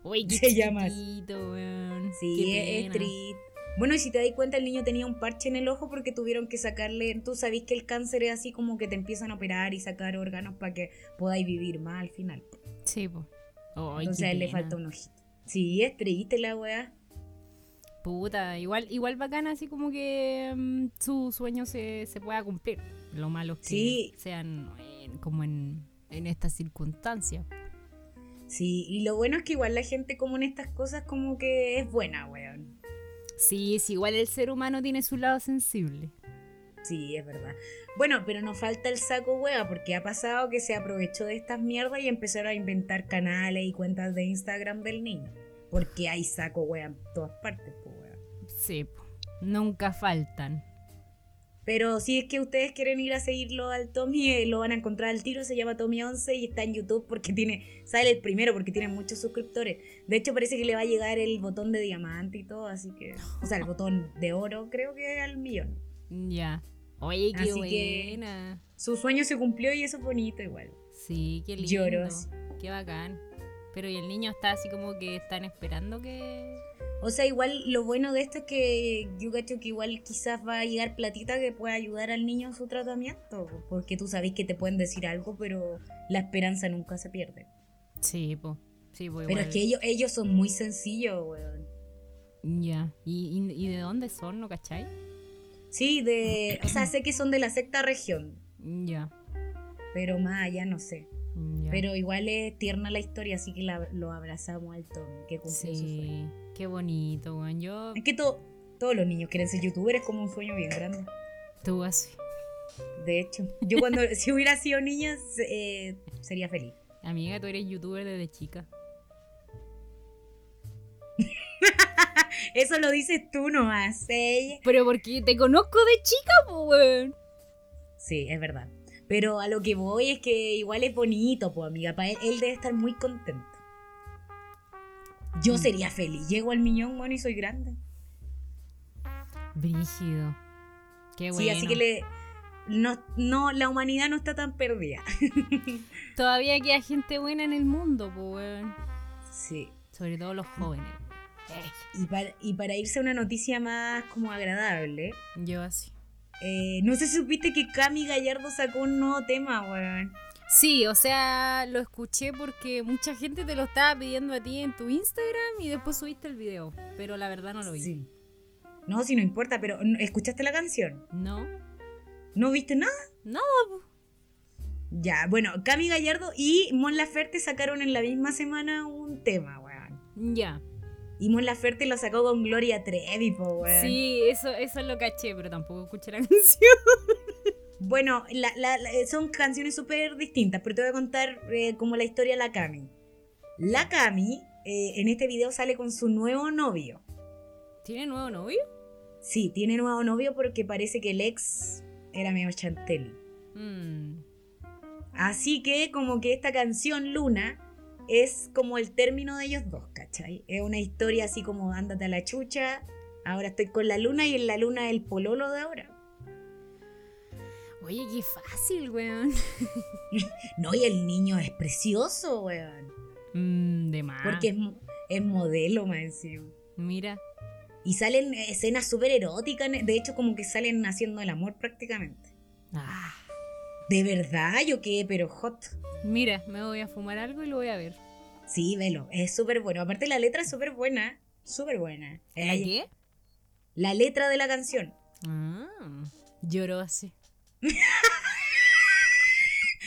S1: Uy,
S2: (laughs)
S1: qué
S2: Se llama así.
S1: chiquitito, weón.
S2: Sí,
S1: Qué
S2: es, es
S1: pena.
S2: triste. Bueno, y si te das cuenta, el niño tenía un parche en el ojo porque tuvieron que sacarle. Tú sabés que el cáncer es así como que te empiezan a operar y sacar órganos para que podáis vivir más al final.
S1: Sí, pues. Uy,
S2: Entonces
S1: qué
S2: a él le
S1: pena.
S2: falta un ojito. Sí, es triste la weá.
S1: Puta, igual, igual bacana así como que mm, su sueño se, se pueda cumplir. Lo malo es que
S2: Sí.
S1: sean en- como en, en estas circunstancias.
S2: Sí, y lo bueno es que igual la gente como en estas cosas como que es buena, weón.
S1: Sí, es igual el ser humano tiene su lado sensible.
S2: Sí, es verdad. Bueno, pero nos falta el saco hueá, porque ha pasado que se aprovechó de estas mierdas y empezaron a inventar canales y cuentas de Instagram del niño. Porque hay saco hueá en todas partes, pues weón.
S1: Sí, po. nunca faltan.
S2: Pero si es que ustedes quieren ir a seguirlo al Tommy, eh, lo van a encontrar al tiro, se llama Tommy11 y está en YouTube porque tiene, sale el primero porque tiene muchos suscriptores. De hecho parece que le va a llegar el botón de diamante y todo, así que, o sea, el botón de oro creo que al millón.
S1: Ya. Oye, qué
S2: Así que-
S1: buena.
S2: Su sueño se cumplió y eso es bonito igual.
S1: Sí, qué lindo.
S2: Lloro así.
S1: Qué bacán. Pero y el niño está así como que están esperando que...
S2: O sea, igual lo bueno de esto es que yo cacho que igual quizás va a llegar platita que pueda ayudar al niño en su tratamiento, porque tú sabés que te pueden decir algo, pero la esperanza nunca se pierde.
S1: Sí, pues. Sí, po,
S2: Pero es
S1: igual.
S2: que ellos, ellos son muy sencillos, weón.
S1: Ya. ¿Y, y, y de dónde son, no cachai?
S2: Sí, de,
S1: (clears throat)
S2: o sea, sé que son de la sexta región,
S1: Ya.
S2: pero más allá no sé.
S1: ya.
S2: Pero igual es tierna la historia, así que la- lo abrazamos al Tommy, que cumplió su sueño.
S1: Sí, qué bonito, weón. Yo
S2: Es que to- todos los niños quieren ser youtubers, es como un sueño bien grande.
S1: tú así.
S2: De hecho, yo cuando (laughs) si hubiera sido niña se- eh, sería feliz.
S1: Amiga, tú eres youtuber desde chica.
S2: Eso lo dices tú ¿eh? no haces.
S1: Pero porque te conozco de chica, po, weón.
S2: Sí, es verdad. Pero a lo que voy es que igual es bonito, pues amiga, para él, él debe estar muy contento. Yo
S1: Mm.
S2: sería feliz. Llego al millón, bueno, y soy grande.
S1: Brígido. Qué bueno.
S2: Sí, así que le no, no la humanidad no está tan perdida. (laughs)
S1: Todavía queda gente buena en el mundo, po, weón.
S2: Sí.
S1: Sobre todo los jóvenes.
S2: Y para, y para irse a una noticia más como agradable,
S1: Eh, yo así.
S2: eh, no sé si supiste que Cami Gallardo sacó un nuevo tema, weón.
S1: Sí, o sea, lo escuché porque mucha gente te lo estaba pidiendo a ti en tu Instagram y después subiste el video. Pero la verdad no lo vi.
S2: Sí. No, si no importa, pero ¿escuchaste la canción?
S1: No.
S2: ¿No viste nada?
S1: No.
S2: Ya, bueno, Cami Gallardo y Mon Laferte sacaron en la misma semana un tema, weón.
S1: Ya.
S2: Y Mon Laferte lo sacó con Gloria Trevi, po, weón.
S1: Sí, eso, eso lo caché, pero tampoco escuché la (laughs) canción.
S2: Bueno, la- la- la- son canciones súper distintas, pero te voy a contar eh, como la historia de la Cami. La Cami eh, en este video sale con su nuevo novio.
S1: ¿Tiene nuevo novio?
S2: Sí, tiene nuevo novio porque parece que el ex era medio chantel.
S1: Mm,
S2: Así que como que esta canción Luna es como el término de ellos dos, ¿cachai? Es una historia así como ándate a la chucha, ahora estoy con la luna y en la luna el pololo de ahora.
S1: Oye, qué fácil, weón.
S2: No, y el niño es precioso, weón.
S1: Mm, de más.
S2: Porque es, mo- es modelo, más encima.
S1: Mira.
S2: Y salen escenas súper eróticas, e, de hecho como que salen haciendo el amor prácticamente.
S1: Ah,
S2: De verdad, yo quedé pero hot.
S1: mira, me voy a fumar algo y lo voy a ver.
S2: Sí, velo, es súper bueno. Aparte la letra es súper buena, súper buena.
S1: ¿La
S2: Eh,
S1: qué?
S2: la letra de la canción.
S1: Ah, lloró así.
S2: (laughs)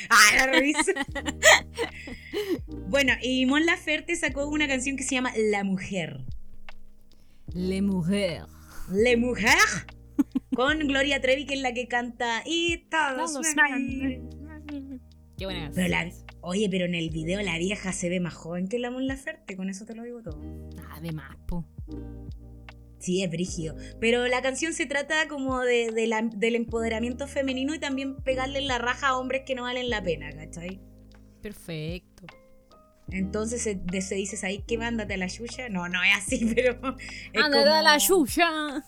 S2: Ah, la risa. (laughs) bueno, y Mon Laferte sacó una canción que se llama La Mujer.
S1: Le mujer.
S2: La Mujer. Con Gloria Trevi, que es la que canta Y todos me miran.
S1: Qué buena canción.
S2: Pero la- oye, pero en el video la vieja se ve más joven que la Mon Laferte, con eso te lo digo todo.
S1: Ah, de más, po.
S2: Sí, es brígido. Pero la canción se trata como de, de la- del empoderamiento femenino y también pegarle en la raja a hombres que no valen la pena, ¿cachai?
S1: Perfecto.
S2: Entonces se, de- se dices ahí que mándate a la yuya. No, no es así, (laughs) pero. es
S1: Anda, da
S2: como-
S1: Ah, la yuya.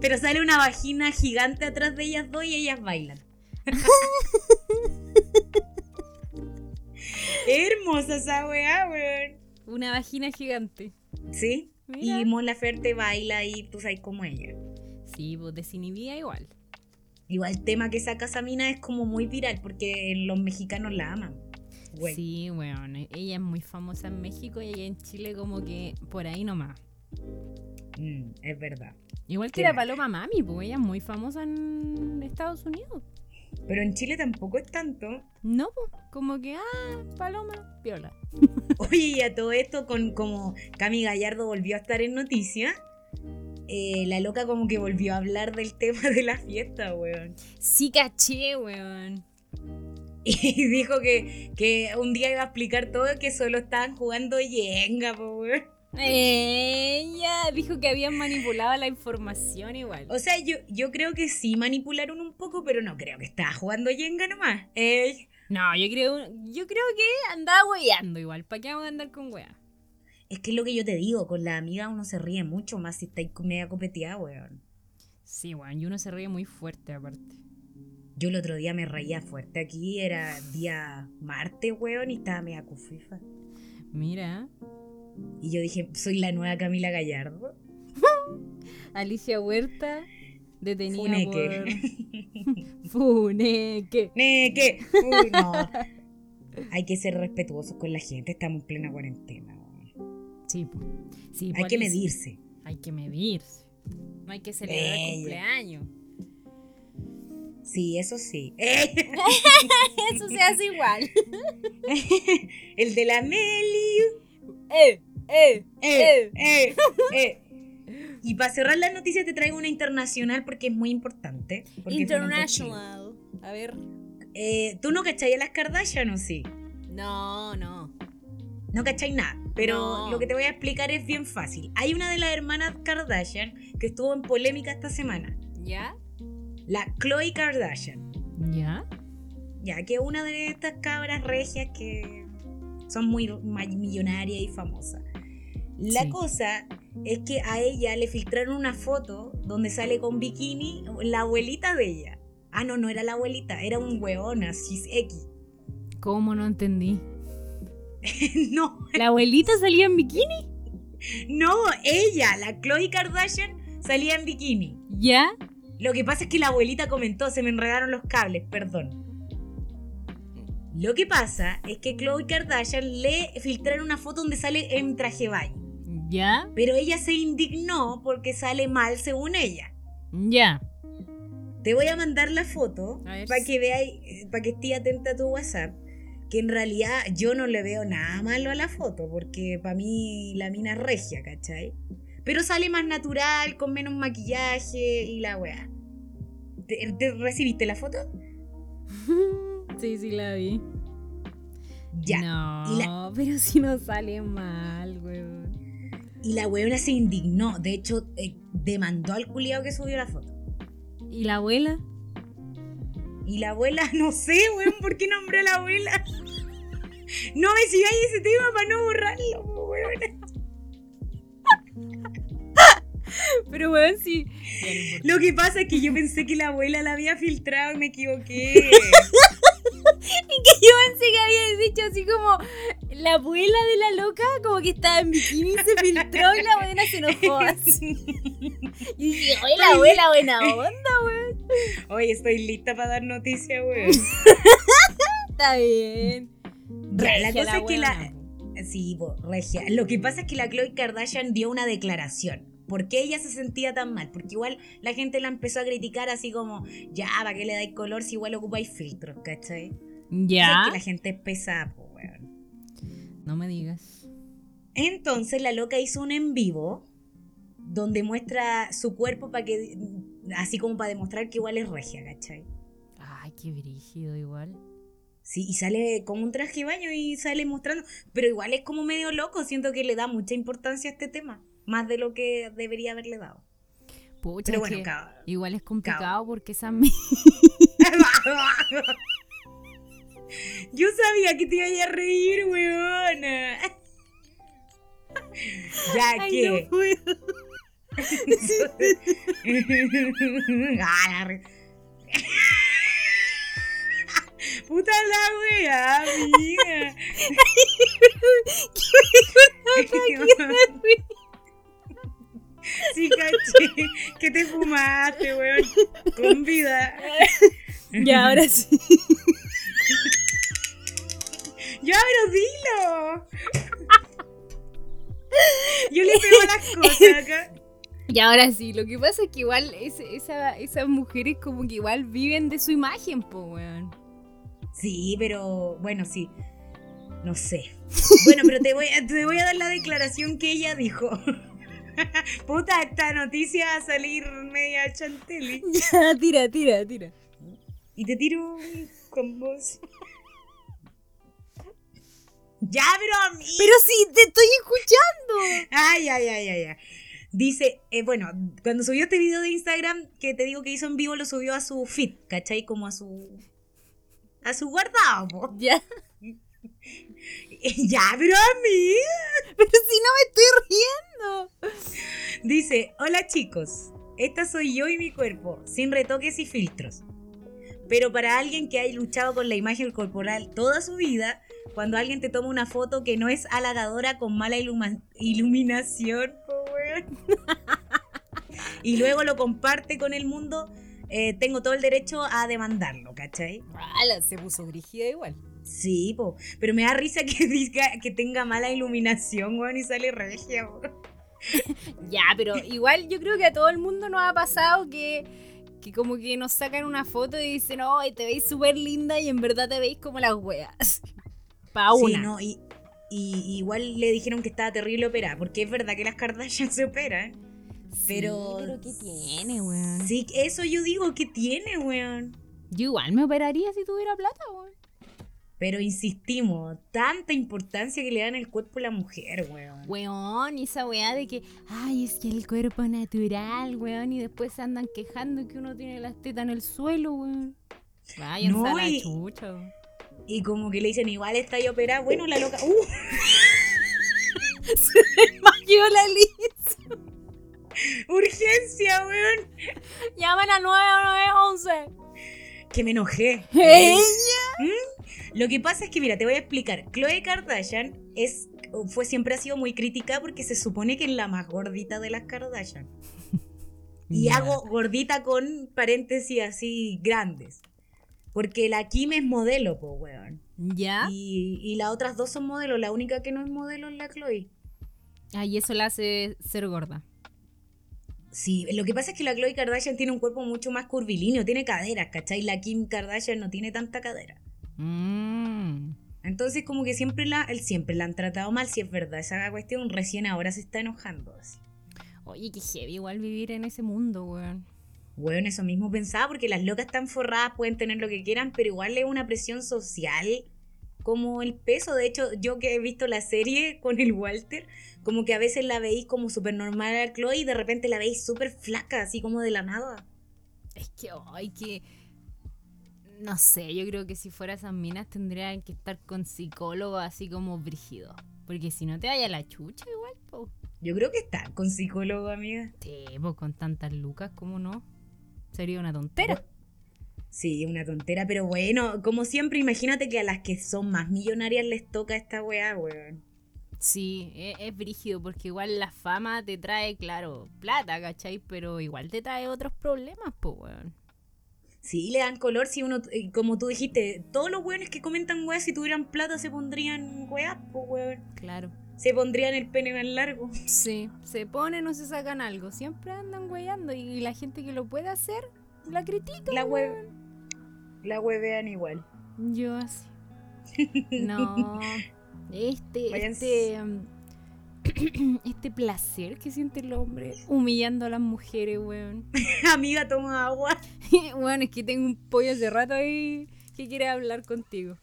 S2: Pero sale una vagina gigante atrás de ellas dos y ellas
S1: (laughs)
S2: bailan. Hermosa esa weá, weón.
S1: Una vagina gigante.
S2: Sí.
S1: Mira.
S2: Y Mon Laferte baila y tú sabes como ella.
S1: Sí, pues desinhibida igual.
S2: Igual el tema que saca esa mina es como muy viral porque los mexicanos la aman. Güey.
S1: Sí, weón. Ella es muy famosa en México y allá en Chile como que por ahí nomás.
S2: Mm, es verdad.
S1: Igual que
S2: Qué
S1: la
S2: mal.
S1: Paloma Mami, pues ella es muy famosa en Estados Unidos.
S2: Pero en Chile tampoco es tanto. (laughs)
S1: No, pues, como que, ah, Paloma, viola.
S2: Oye, y a todo esto, con como Cami Gallardo volvió a estar en noticias, eh, la loca como que volvió a hablar del (laughs) tema de la fiesta, weón. (laughs)
S1: Sí, caché, weón.
S2: Y dijo que, que un día iba a explicar todo que solo estaban jugando yenga, po, weón.
S1: Ella dijo que habían manipulado la información igual.
S2: O sea, yo, yo creo que sí manipularon un poco, pero no creo que estaba jugando yenga nomás. Eh, Ey,
S1: No, yo creo, yo creo que andaba hueando igual. ¿Para qué vamos a andar con wea?
S2: es que es lo que yo te digo, con la amiga uno se ríe mucho más si está ahí media copeteada, weón.
S1: Sí, weón, y uno se ríe muy fuerte aparte.
S2: Yo el otro día me reía fuerte aquí, era día martes, weón, y estaba media cufifa.
S1: Mira,
S2: Y yo dije, soy la nueva Camila Gallardo.
S1: Alicia Huerta detenida
S2: Funeque. (laughs)
S1: por Funeque.
S2: Neque. Uy, no. Hay que ser respetuosos con la gente, estamos en plena cuarentena. weón.
S1: Sí, po. sí po,
S2: Hay que
S1: Alicia.
S2: medirse.
S1: Hay que medirse. No hay que celebrar
S2: Ella.
S1: cumpleaños.
S2: Sí, eso sí. ¡Eh!
S1: (laughs) Eso se hace igual. (laughs)
S2: El de la Meli.
S1: eh, eh.
S2: ¡Eh! ¡Eh! ¡Eh! Y para cerrar las noticias te traigo una internacional porque es muy importante. porque esto no fue
S1: International. A ver.
S2: Chile. Eh, ¿Tú no cachai a las Kardashian o sí?
S1: No, no.
S2: No cacháis nada, pero
S1: No.
S2: lo que te voy a explicar es bien fácil. Hay una de las hermanas Kardashian que estuvo en polémica esta semana,
S1: ¿Ya?
S2: la Chloe Kardashian,
S1: ¿Ya?
S2: ya que es una de estas cabras regias que son muy ma- millonarias y famosas. La
S1: Sí.
S2: cosa es que a ella le filtraron una foto donde sale con bikini la abuelita de ella. Ah, no, no era la abuelita, era un weón, así X. (laughs)
S1: ¿Cómo no entendí?
S2: no,
S1: ¿La abuelita salía en bikini?
S2: no, ella, la Chloe Kardashian, salía en bikini.
S1: ¿Ya?
S2: Lo que pasa es que la abuelita comentó, se me enredaron los cables, perdón. Lo que pasa es que Khloe Kardashian le filtraron una foto donde sale en traje de baño.
S1: ¿Ya?
S2: Pero ella se indignó porque sale mal según ella.
S1: Ya. (laughs)
S2: Te voy a mandar la foto
S1: A ver.
S2: para que veáis, para que estés atenta a tu WhatsApp. Que en realidad yo no le veo nada malo a la foto, porque para mí la mina es regia, ¿cachai? Pero sale más natural, con menos maquillaje y la weá. ¿Te, te- recibiste la foto?
S1: Sí, sí, la vi.
S2: Ya.
S1: No,
S2: y la-
S1: pero si no sale mal, weón.
S2: Y la weona se indignó. De hecho, eh, demandó al culiao que subió la foto.
S1: ¿Y la abuela?
S2: Y la abuela, (laughs) no sé, weón, ¿por qué nombré a la abuela? (laughs) No me sigáis ese tema para no borrarlo, po, weón.
S1: Pero weón, sí. Ya, no importa.
S2: Lo que pasa es que yo pensé que la abuela la había filtrado y
S1: (laughs)
S2: me equivoqué.
S1: Y que yo pensé que había dicho así como la abuela de la loca, como que estaba en bikini, se filtró y la abuela se
S2: (laughs)
S1: enojó así. Y dije, oye, la abuela, buena onda,
S2: Oye, estoy lista para dar noticia, weón.
S1: está bien.
S2: Ya, la
S1: Regia
S2: cosa es que la.
S1: weona, po.
S2: Sí, po, regia. Lo que pasa es que la Chloe Kardashian dio una declaración. ¿Por qué ella se sentía tan mal? Porque igual la gente la empezó a criticar así como, ya, ¿para qué le dais color si igual ocupáis filtros, cachai?
S1: Ya.
S2: Es que la gente es pesada, po, weón.
S1: No me digas.
S2: Entonces la loca hizo un en vivo donde muestra su cuerpo para que así como para demostrar que igual es regia, ¿cachai?
S1: Ay, qué brígido igual.
S2: Sí, y sale con un traje de baño y sale mostrando, pero igual es como medio loco, siento que le da mucha importancia a este tema, más de lo que debería haberle dado.
S1: Pucha,
S2: Pero
S1: es
S2: bueno,
S1: que
S2: cabrón. (laughs)
S1: igual es complicado porque esa me...
S2: Yo sabía que te iba a reír, weona. (laughs) ya
S1: Ay,
S2: que
S1: no puedo.
S2: (laughs) Ah, la re- (laughs) Puta la wea,
S1: (laughs)
S2: amiga. (laughs) Sí, caché. Que te fumaste, weón. Con vida.
S1: (laughs) Ya, ahora sí.
S2: (laughs) Ya, pero dilo. Yo le pego a las cosas acá.
S1: Y ahora sí, lo que pasa es que igual ese- esa- esas mujeres como que igual viven de su imagen, po, weón.
S2: Sí, pero bueno, sí. No sé. (laughs) Bueno, pero te voy, a- te voy a dar la declaración que ella dijo. (laughs) Puta, esta noticia va a salir media chanteli.
S1: (laughs) Ya, tira, tira, tira.
S2: Y te tiro un con vos. Ya, pero a mí.
S1: Pero sí, te estoy escuchando.
S2: Ay, ay, ay, ay, ay. Dice, eh, bueno, cuando subió este video de Instagram que te digo que hizo en vivo, lo subió a su feed, ¿cachai? Como a su. a su guardado, po.
S1: (laughs)
S2: (laughs)
S1: Ya.
S2: Ya, pero a mí.
S1: Pero si no me estoy riendo.
S2: Dice, hola chicos, esta soy yo y mi cuerpo, sin retoques y filtros. Pero para alguien que ha luchado con la imagen corporal toda su vida, cuando alguien te toma una foto que no es halagadora con mala iluma- iluminación, po, weón, (laughs) y luego lo comparte con el mundo, eh, tengo todo el derecho a demandarlo, ¿cachai?
S1: Ala, se puso brígida igual.
S2: Sí, po. pero me da risa que diga que tenga mala iluminación, weón, y sale regia, po.
S1: Ya, pero igual yo creo que a todo el mundo nos ha pasado que, que como que nos sacan una foto y dicen, ¡ay, te veis súper linda! Y en verdad te veis como las weas. (laughs) Pa'
S2: Sí,
S1: una.
S2: no, y, y- igual le dijeron que estaba terrible operada, porque es verdad que las Kardashian (laughs) se operan. Pero.
S1: Sí, pero ¿qué tiene, weón?
S2: Sí, eso yo digo que tiene, weón.
S1: Yo igual me operaría si tuviera plata, weón.
S2: Pero insistimos, tanta importancia que le dan al cuerpo a la mujer, weón.
S1: Weón, y esa weá de que, ay, es que el cuerpo natural, weón, y después se andan quejando que uno tiene las tetas en el suelo, weón. Vayan
S2: No,
S1: a la
S2: y-
S1: chucha,
S2: (laughs)
S1: weón.
S2: Y como que le dicen, igual está ahí operada. Bueno, la loca. ¡Uh! (laughs)
S1: Imagino la
S2: (laughs)
S1: Liz.
S2: ¡Urgencia, weón!
S1: Llaman a 9911.
S2: Que me enojé.
S1: ¿Eh?
S2: Eh,
S1: ¡Ella!
S2: Lo que pasa es que, mira, te voy a explicar. Chloe Kardashian es, fue, siempre ha sido muy crítica porque se supone que es la más gordita de las Kardashian. Y
S1: Ya.
S2: hago gordita con paréntesis así grandes. Porque la Kim es modelo, po, weón.
S1: ¿Ya?
S2: Y, y las otras dos son modelos. La única que no es modelo es la Chloe.
S1: Ah, y eso la hace ser gorda.
S2: Sí, lo que pasa es que la Chloe Kardashian tiene un cuerpo mucho más curvilíneo, tiene caderas, ¿cachai? La Kim Kardashian no tiene tanta cadera.
S1: Mm.
S2: Entonces como que siempre la, él siempre la han tratado mal, si es verdad, esa cuestión recién ahora se está enojando. Así.
S1: Oye, qué heavy igual vivir en ese mundo, weón.
S2: Bueno, eso mismo pensaba, porque las locas están forradas, pueden tener lo que quieran, pero igual es una presión social como el peso. De hecho, yo que he visto la serie con el Walter, como que a veces la veis como súper normal a Chloe y de repente la veis súper flaca, así como de la nada.
S1: Es que, ay, que... No sé, yo creo que si fuera esas minas tendrían que estar con psicólogo así como brígido. Porque si no te vaya la chucha igual, po.
S2: Yo creo que está con psicólogo, amiga.
S1: Sí, po, con tantas lucas, ¿cómo no? Sería una tontera.
S2: Sí, una tontera, pero bueno, como siempre, imagínate que a las que son más millonarias les toca esta weá, weón.
S1: Sí, es, es brígido, porque igual la fama te trae, claro, plata, ¿cachai? Pero igual te trae otros problemas, pues, weón.
S2: Sí, le dan color si uno, eh, como tú dijiste, todos los weones que comentan weá, si tuvieran plata se pondrían weá, pues, weón.
S1: Claro.
S2: Se pondrían el pene más largo.
S1: Sí, se ponen o se sacan algo. Siempre andan weyando y la gente que lo puede hacer la critica.
S2: La web. La huevean igual. (laughs)
S1: Yo así. No. Este,
S2: Váyanse.
S1: este, um, (clears throat) este placer que siente el hombre humillando a las mujeres, weón. (laughs)
S2: Amiga, toma agua.
S1: weón, es que tengo un pollo hace rato ahí que quiere hablar contigo.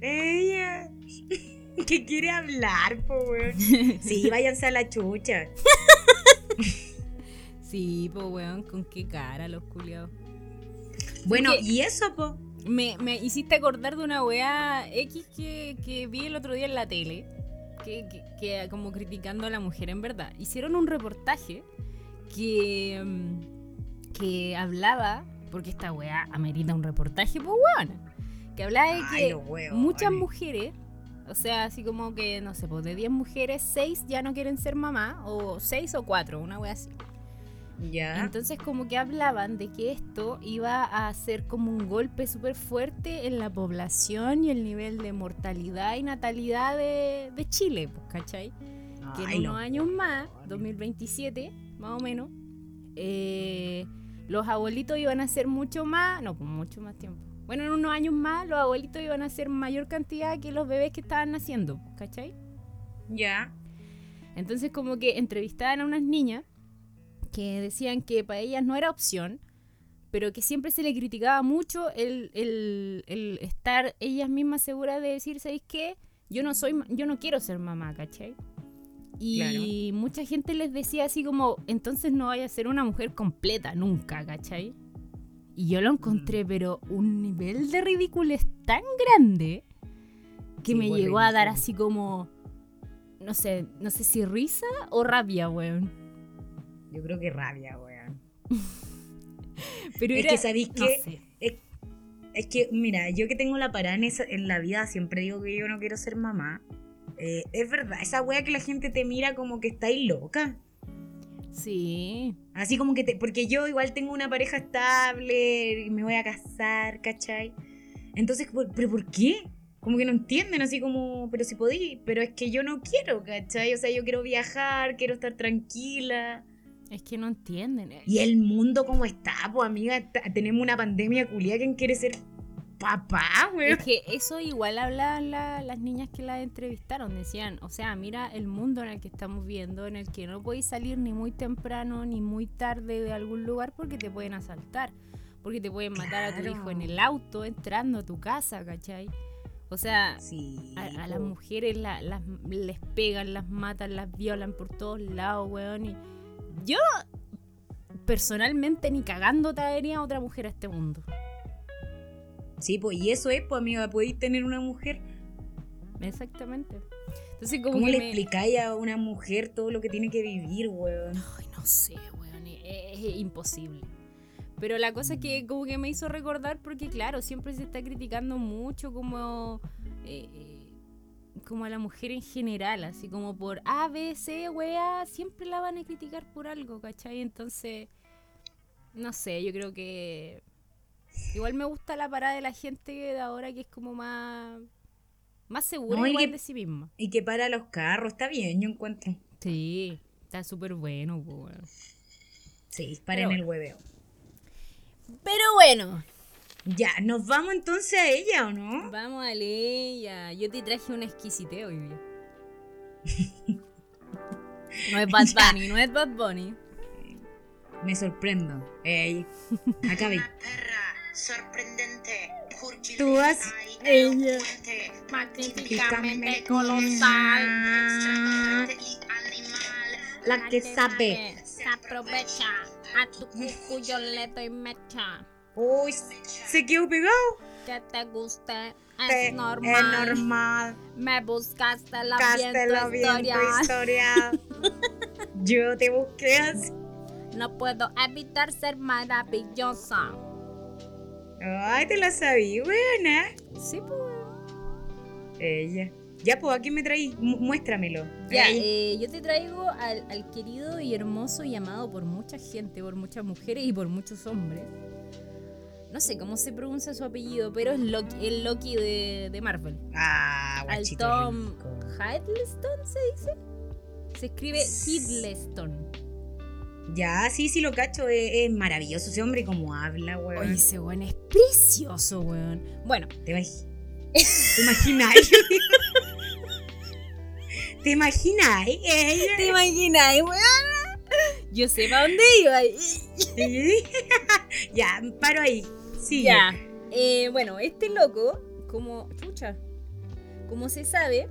S2: Ella. (laughs) que quiere hablar, po,
S1: (laughs)
S2: weón. Sí, váyanse a la chucha.
S1: Sí, pues weón, con qué cara los culiados.
S2: Bueno,
S1: Porque-
S2: y eso, po.
S1: Me, me hiciste acordar de una weá X que, que vi el otro día en la tele, que, que- que como criticando a la mujer en verdad. Hicieron un reportaje que, mm, que hablaba, porque esta weá amerita un reportaje, pues weón, que hablaba de
S2: Ay,
S1: que
S2: los huevos.
S1: muchas mujeres, o sea, así como que, no sé, pues de 10 mujeres, 6 ya no quieren ser mamá, o 6 o 4, una weá así.
S2: Ya.
S1: Entonces como que hablaban de que esto iba a ser como un golpe súper fuerte en la población y el nivel de mortalidad y natalidad de, de Chile, pues, ¿cachai? Que
S2: Ay,
S1: en
S2: los
S1: unos años más,
S2: huevones.
S1: 2027 más o menos, eh, los abuelitos iban a ser mucho más, no, pues mucho más tiempo. Bueno, en unos años más los abuelitos iban a ser mayor cantidad que los bebés que estaban naciendo, pues, ¿cachai?
S2: Ya.
S1: Entonces como que entrevistaban a unas niñas que decían que para ellas no era opción, pero que siempre se le criticaba mucho el, el- el estar ellas mismas seguras de decir, ¿sabéis qué? Yo no soy, ma- yo no quiero ser mamá, ¿cachai? Y mucha gente les decía así como, entonces no vaya a ser una mujer completa nunca, ¿cachai? Y yo lo encontré, pero un nivel de ridículo es tan grande que
S2: Sí,
S1: me
S2: fue
S1: llegó a dar
S2: ridículo.
S1: así como, no sé, no sé si risa o rabia, weón.
S2: Yo creo que rabia, weón.
S1: Pero
S2: Es
S1: era,
S2: que sabéis
S1: no
S2: que.
S1: sé.
S2: Es que, mira, yo que tengo la parada en, esa- en la vida, siempre digo que yo no quiero ser mamá. Eh, es verdad, esa wea que la gente te mira como que estáis loca.
S1: Sí,
S2: Así como que te, porque yo igual tengo una pareja estable, me voy a casar, ¿cachai? Entonces, ¿por- ¿pero por qué? Como que no entienden, así como, pero si podí, pero es que yo no quiero, ¿cachai? O sea, yo quiero viajar, quiero estar tranquila.
S1: es que no entienden. eh.
S2: Y el mundo como está, pues amiga, está- tenemos una pandemia culia, ¿quién quiere ser papá, güey?
S1: Es que eso igual hablaban la- las niñas que la entrevistaron, decían, o sea, mira el mundo en el que estamos viendo, en el que no podéis salir ni muy temprano ni muy tarde de algún lugar porque te pueden asaltar, porque te pueden matar a tu
S2: Claro.
S1: hijo en el auto entrando a tu casa, ¿cachai? O sea,
S2: Sí.
S1: a, a las
S2: po.
S1: mujeres la- las, les pegan, las matan, las violan por todos lados, weón. Y yo personalmente ni cagando traería a otra mujer a este mundo.
S2: Sí, pues, y eso es, pues, amiga, podéis tener una mujer.
S1: Exactamente. Entonces, como
S2: ¿Cómo
S1: que
S2: le
S1: me-
S2: explicáis a una mujer todo lo que tiene que vivir, weón?
S1: Ay, no sé, weón, e- e- es, imposible. Pero la cosa es que como que me hizo recordar porque claro, siempre se está criticando mucho como eh, eh, como a la mujer en general, así como por A, B, C, weá, siempre la van a criticar por algo, ¿cachai? Entonces, no sé, yo creo que igual me gusta la parada de la gente de ahora que es como más más segura
S2: No, y
S1: igual
S2: que-
S1: de sí misma.
S2: Y que para los carros, está bien, yo encuentro.
S1: Sí, está súper bueno, po, weón.
S2: Sí, paren
S1: Pero
S2: el hueveo.
S1: Pero bueno,
S2: Ya, ¿nos vamos entonces a ella o no?
S1: vamos a leer. Yo te traje una exquisitez hoy día. No
S2: (laughs)
S1: es Bad
S2: Ya.
S1: Bunny, no es Bad Bunny.
S2: Me sorprendo. Ey, acabe.
S3: (laughs) Una perra sorprendente,
S2: Tú has-
S3: y
S2: ella.
S3: elocuente,
S2: Magníficamente
S3: magníficamente
S2: colosal.
S3: colosal, extravagante y animal.
S2: La que sabe.
S3: Se aprovecha,
S1: A tu cucu yo le doy mecha.
S2: Uy, se quedó pegado.
S1: Que te guste
S2: Eh, Es normal.
S1: Me buscaste la
S2: Castelo bien tu historia. Yo te busqué así.
S1: No puedo evitar ser maravillosa.
S2: Ay, te la sabí, buena.
S1: Sí, pues.
S2: Ella. Ya, pues, aquí me traí. Mu- Muéstramelo.
S1: Ya,
S2: Ey.
S1: eh, yo te traigo al, al querido y hermoso y amado por mucha gente, por muchas mujeres y por muchos hombres. No sé cómo se pronuncia su apellido, pero es Loki- el Loki de, de Marvel.
S2: Ah,
S1: Al
S2: guachito
S1: Tom
S2: rico.
S1: Hiddleston se dice. Se escribe Hiddleston.
S2: Eh. Ya, sí, sí, lo cacho. Es, es maravilloso ese hombre como habla, weón.
S1: Oye, ese weón es precioso, weón. Bueno,
S2: ¿Te,
S1: (laughs)
S2: imag- ¿Te imagináis? (laughs) ¿Te imagináis? (laughs) Ella-
S1: ¿te imaginas, weón? Yo sé para dónde iba.
S2: ya, paro ahí. Sí.
S1: Ya. Eh, bueno, este loco, como. Chucha. Como se sabe,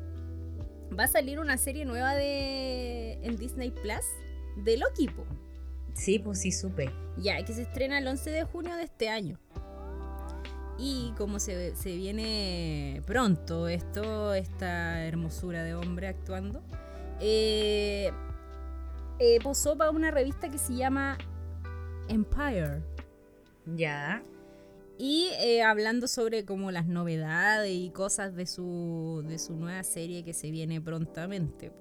S1: va a salir una serie nueva de. en Disney Plus de Loki, po.
S2: Sí, pues sí, supe.
S1: Ya, que se estrena el 11 de junio de este año. Y como se, se viene pronto esto, esta hermosura de hombre actuando, eh, eh, posó para una revista que se llama Empire.
S2: Ya.
S1: Y eh, hablando sobre como las novedades y cosas de su, de su nueva serie que se viene prontamente.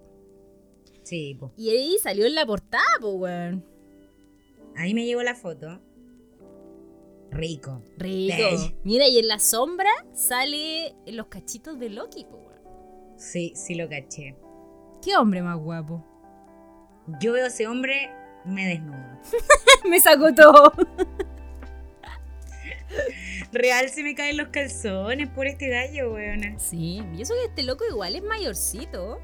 S2: Sí, pues.
S1: Y ahí salió en la portada, po, weón.
S2: Ahí me llegó la foto. Rico.
S1: Rico.
S2: Bella.
S1: Mira, y en la sombra sale los cachitos de Loki, po, weón.
S2: Sí, sí lo caché.
S1: Qué hombre más guapo. (laughs)
S2: Yo veo a ese hombre, me desnudo.
S1: Me sacó todo.
S2: Real se me caen los calzones por este gallo, weona.
S1: Sí, y eso que este loco igual es mayorcito.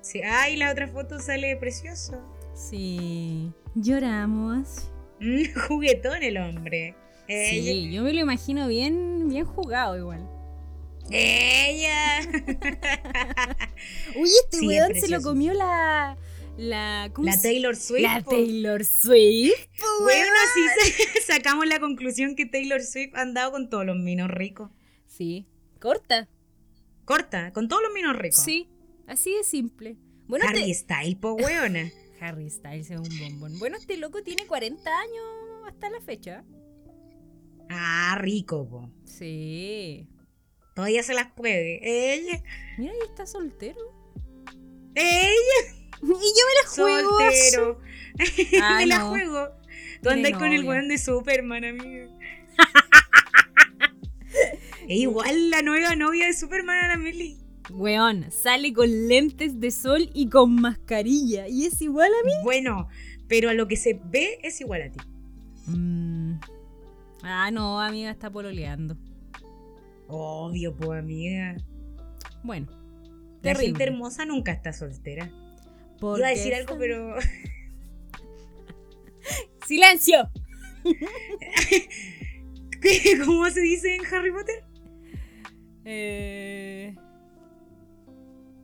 S2: Sí. Ay, la otra foto sale precioso.
S1: Sí. Lloramos.
S2: Mm, (laughs) juguetón el hombre. Ella.
S1: Sí, yo me lo imagino bien, bien jugado igual.
S2: Ella.
S1: Uy, este
S2: Sí, es
S1: weón se lo
S2: precioso.
S1: comió la. La. ¿cómo
S2: La
S1: se-
S2: Taylor Swift.
S1: La
S2: po.
S1: Taylor Swift.
S2: Bueno, (laughs) sí sa- sacamos la conclusión que Taylor Swift ha andado con todos los minos ricos.
S1: Sí. Corta.
S2: Corta, con todos los minos ricos.
S1: Sí. Así de simple. Bueno,
S2: Harry
S1: este-
S2: Styles, po weona.
S1: Harry Styles es un bombón. Bueno, este loco tiene 40 años hasta la fecha.
S2: Ah, rico, po.
S1: Sí.
S2: Todavía se las puede. Ella,
S1: Mira, ahí está soltero.
S2: ella,
S1: (laughs) Y yo me la juego.
S2: soltero. (laughs)
S1: Ah,
S2: Me la
S1: no.
S2: juego. Tú
S1: Tiene
S2: andas con el
S1: novia.
S2: weón de
S1: (laughs)
S2: Superman, amigo. es igual la nueva novia de Superman a la Meli.
S1: Weón, sale con lentes de sol y con mascarilla. Y es igual a mí.
S2: Bueno, pero a lo que se ve es igual a ti.
S1: Mm. Ah, no, amiga, está pololeando.
S2: Obvio, po, amiga.
S1: Bueno.
S2: La
S1: terrible.
S2: gente hermosa nunca está soltera.
S1: Porque
S2: Iba a decir algo,
S1: son-
S2: pero. (laughs)
S1: ¡Silencio!
S2: ¿Qué? ¿Cómo se dice en Harry Potter?
S1: Eh,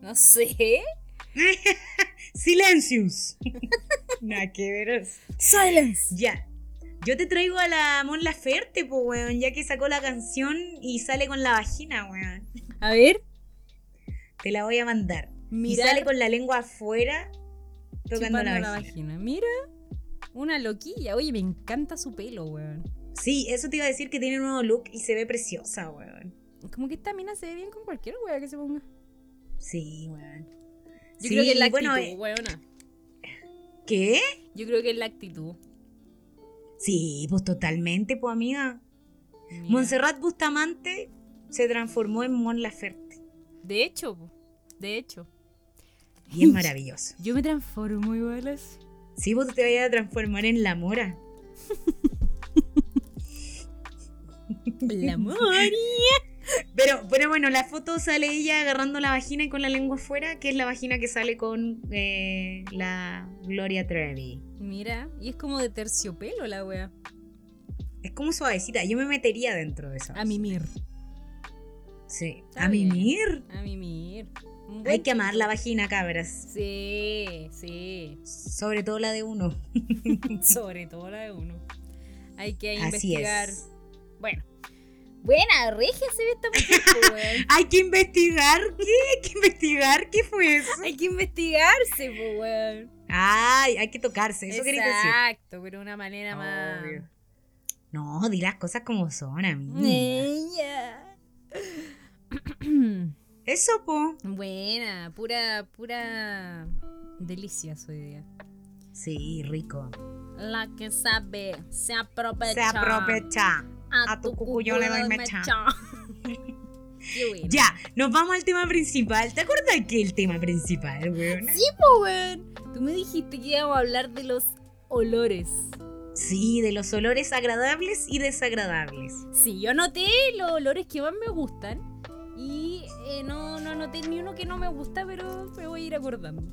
S1: no sé.
S2: Silencius. (laughs) Nada que ver.
S1: Silence.
S2: Ya. Yo te traigo a la Mon Laferte, po, weón, ya que sacó la canción y sale con la vagina, weón.
S1: A ver.
S2: Te la voy a mandar.
S1: Mirar
S2: Y sale con la lengua afuera tocando
S1: chupando
S2: la
S1: la,
S2: vagina.
S1: vagina. Mira. Una loquilla. Oye, me encanta su pelo, weón.
S2: Sí, eso te iba a decir que tiene un nuevo look y se ve preciosa, weón.
S1: Como que esta mina se ve bien con cualquier weón que se ponga.
S2: Sí, weón.
S1: Yo creo que es la actitud,
S2: bueno, eh,
S1: weona.
S2: ¿Qué?
S1: Yo creo que es la actitud.
S2: Sí, pues totalmente, pues amiga.
S1: Mira.
S2: Montserrat Bustamante se transformó en Mon Laferte.
S1: De hecho, po, de hecho. (laughs)
S2: Y es maravilloso.
S1: Yo me transformo igual así.
S2: Sí, vos te vayas a transformar en la mora. (laughs)
S1: La amor.
S2: Pero, pero bueno, la foto sale ella agarrando la vagina y con la lengua afuera, que es la vagina que sale con eh, la Gloria Trevi.
S1: Mira, y es como de terciopelo la wea.
S2: Es como suavecita, yo me metería dentro de eso.
S1: A mimir.
S2: Sí.
S1: Está
S2: A
S1: bien.
S2: mimir.
S1: A mimir. Un buen
S2: Hay que amar la vagina, cabras.
S1: Sí, sí.
S2: Sobre todo la de uno.
S1: Sobre todo la de uno. Hay que
S2: Así
S1: E investigar.
S2: es.
S1: Bueno. Buena, regia se ve esta mujer, po,
S2: (laughs)
S1: weón.
S2: Hay que investigar. ¿Qué? Hay que investigar. ¿Qué fue eso?
S1: Hay que investigarse, po, weón.
S2: Ay, hay que tocarse. Eso quería decir.
S1: Exacto, pero de una manera más.
S2: Obvio. No, di las cosas como son,
S1: Eh.
S2: amiga.
S1: Ella.
S2: (clears throat) Eso, po.
S1: Buena, pura, pura delicia su idea.
S2: Sí, rico.
S1: La que sabe se aprovecha.
S2: Se aprovecha. a tu cucu yo le doy mecha.
S1: (laughs) Qué bueno.
S2: Ya, nos vamos al tema principal. ¿Te acuerdas que el tema principal, weón?
S1: Sí, po, weón. Tú me dijiste que íbamos a hablar de los olores.
S2: Sí, de los olores agradables y desagradables.
S1: Sí, yo noté los olores que más me gustan. Y eh, no, no noté ni uno que no me gusta, pero me voy a ir acordando.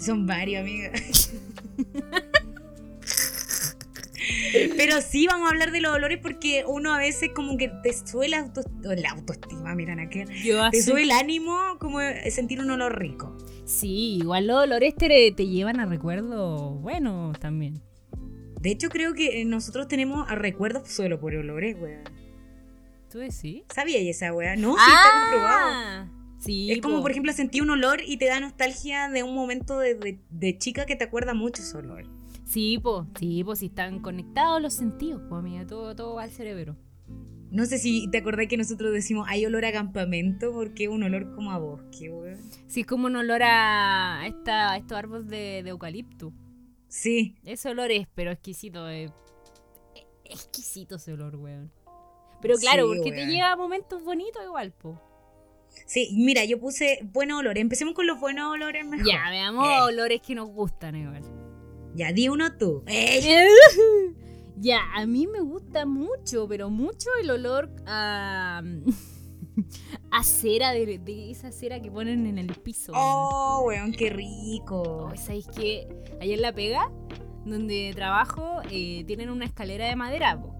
S2: Son varios,
S1: (laughs)
S2: amiga. Pero sí, vamos a hablar de los olores porque uno a veces como que te sube la, auto- la autoestima, miran aquí. (laughs)
S1: Yo
S2: Te sube el ánimo como sentir un olor rico.
S1: Sí, igual los olores te, te llevan a recuerdos buenos también.
S2: De hecho, creo que eh, nosotros tenemos a recuerdos solo por olores, weón.
S1: ¿Tú decís?
S2: ¿Sabía esa weá? No, Uh, sí, está comprobado.
S1: ¡Ah! Sí,
S2: Es como,
S1: po.
S2: por ejemplo, sentí un olor y te da nostalgia de un momento de, de- de chica que te acuerda mucho ese olor.
S1: Sí, po. Sí, po. Si están conectados los sentidos, po, amiga. Todo, todo va al cerebro.
S2: No sé si te acordás que nosotros decimos hay olor a campamento porque es un olor como a bosque, weón.
S1: Sí, es como un olor a, esta, a estos árboles de, de eucalipto.
S2: Sí,
S1: Ese olor es, pero exquisito. eh. E- Exquisito ese olor, weón. Pero claro,
S2: Sí,
S1: porque
S2: weón.
S1: te lleva a momentos bonitos igual,
S2: (laughs)
S1: po.
S2: sí, mira, yo puse buenos olores. Empecemos con los buenos olores mejor.
S1: Ya, veamos
S2: Eh.
S1: olores que nos gustan
S2: (laughs)
S1: igual.
S2: Ya, di uno tú. ¡Ey!
S1: Ya, a mí me gusta mucho, pero mucho el olor a. (laughs) a cera, de, de esa cera que ponen en el piso.
S2: Oh, weón, qué rico.
S1: Oh, ¿Sabéis que Allá en La Pega, donde trabajo, eh, tienen una escalera de madera, po.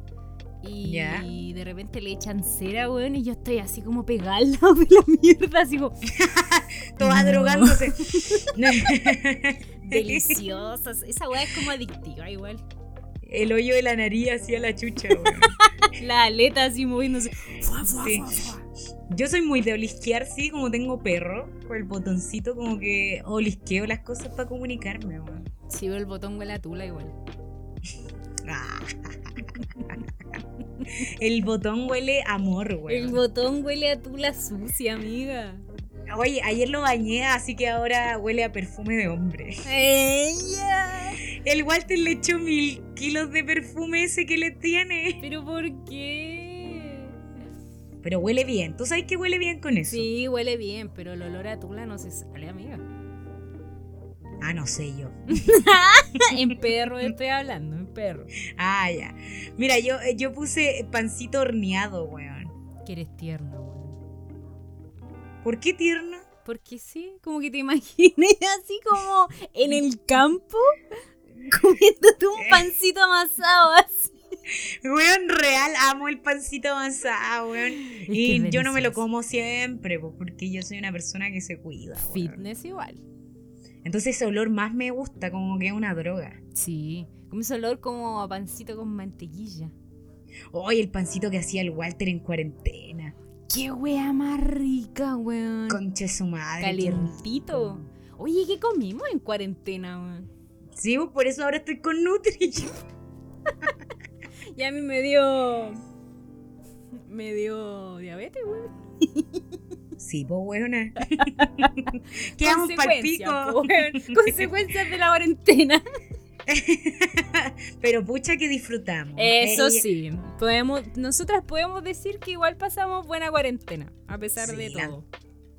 S1: Y
S2: Ya.
S1: de repente le echan cera, weón, y yo estoy así como pegada (laughs) al lado de la mierda, así
S2: (laughs)
S1: como,
S2: Toda
S1: no. (laughs)
S2: drogándose.
S1: deliciosa. Esa weá es como adictiva igual.
S2: El hoyo de la nariz hacia la chucha, weón.
S1: La aleta así moviéndose. Fua, fua,
S2: Sí.
S1: fua, fua.
S2: Yo soy muy de olisquear, sí, como tengo perro, con el botoncito como que olisqueo las cosas para comunicarme, weón. (laughs)
S1: Sí, pero el botón huele a tula igual.
S2: Ah. El botón huele a amor,
S1: El
S2: weón.
S1: botón huele a tula sucia, amiga.
S2: Oye, ayer lo bañé, así que ahora huele a perfume de hombre.
S1: ¡Ella!
S2: El Walter le echó mil kilos de perfume ese que le tiene.
S1: ¿Pero por qué?
S2: Pero huele bien, tú sabes que huele bien con eso.
S1: Sí, huele bien, pero el olor a tula no se sale, amiga.
S2: Ah, no sé yo.
S1: (laughs) En perro estoy hablando, en perro.
S2: Ah, ya. Mira, yo, eh, yo puse pancito horneado, weón.
S1: Que eres tierno, weón.
S2: ¿Por qué tierno?
S1: Porque sí, como que te imaginé (laughs) así como en el campo, (laughs) comiéndote un pancito amasado así.
S2: Weón, real, amo el pancito avanzado, weón.
S1: Es que
S2: Y
S1: es
S2: yo no me lo
S1: delicioso.
S2: como siempre, pues, porque yo soy una persona que se cuida, weón.
S1: Fitness igual.
S2: Entonces ese olor más me gusta, como que es una droga.
S1: Sí, como ese olor como a pancito con mantequilla.
S2: Hoy el pancito que hacía el Walter en cuarentena.
S1: ¡Qué wea más rica, weón!
S2: Concha de su madre. qué
S1: Calentito.
S2: rico.
S1: Oye, ¿qué comimos en cuarentena, weón?
S2: Sí, pues, por eso ahora estoy con Nutri. (laughs)
S1: Ya a mí me dio. Me dio diabetes, weón.
S2: Sí, pues weona. (laughs) Quedamos pal pico.
S1: Consecuencias, po, pues,
S2: (laughs)
S1: weón. Consecuencias de la cuarentena.
S2: Pero pucha que disfrutamos. Eh,
S1: Eso
S2: Ey,
S1: sí, podemos, nosotras podemos decir que igual pasamos buena cuarentena, a pesar
S2: Sí,
S1: de
S2: la-
S1: todo.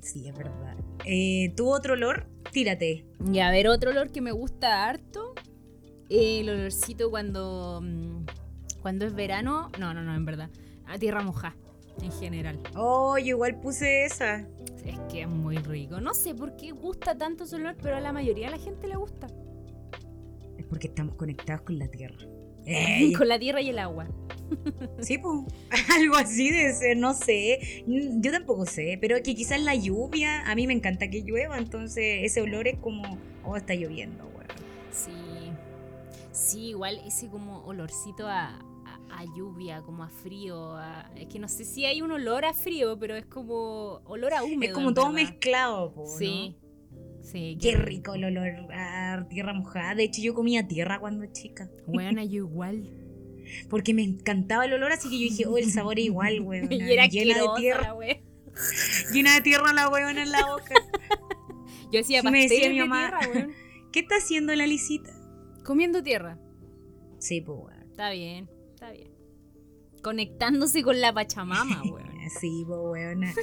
S2: Sí, es verdad. Eh, ¿Tú otro olor? Tírate.
S1: Y a ver, otro olor que me gusta harto, eh, el olorcito cuando, mm, cuando es verano, no, no, no, en verdad, a tierra mojada en general.
S2: Oh, yo igual puse esa.
S1: Es que es muy rico. No sé por qué gusta tanto ese olor, pero a la mayoría de la gente le gusta.
S2: Es porque estamos conectados con la tierra. Ey,
S1: (laughs) Con la tierra y el agua.
S2: sí, pues. (laughs) Algo así de ser, no sé. Mm, Yo tampoco sé, pero que quizás la lluvia, a mí me encanta que llueva, entonces ese olor es como, oh, está lloviendo, weón.
S1: Sí. Sí, igual ese como olorcito a, a- a lluvia, como a frío. a- es que no sé si hay un olor a frío, pero es como olor a húmedo.
S2: Es como
S1: en
S2: todo
S1: verdad.
S2: mezclado, po, ¿no?
S1: Sí. Sí,
S2: Qué rico el olor a tierra mojada. De hecho, yo comía tierra cuando chica.
S1: Buena, yo
S2: (laughs)
S1: igual. (laughs)
S2: Porque me encantaba el olor, así que yo dije, oh, el sabor
S1: (laughs)
S2: es igual, weón.
S1: y era
S2: llena de
S1: asquerosa
S2: tierra.
S1: la wea.
S2: Llena de tierra la weona en la boca.
S1: Yo hacía
S2: Sí me decía
S1: pasteles de
S2: mi mamá.
S1: tierra, weón.
S2: (laughs) ¿Qué está haciendo la lisita?
S1: Comiendo tierra.
S2: Sí, pues, weón.
S1: Está bien, está bien. Conectándose con la Pachamama, weón.
S2: Sí, pues, weona.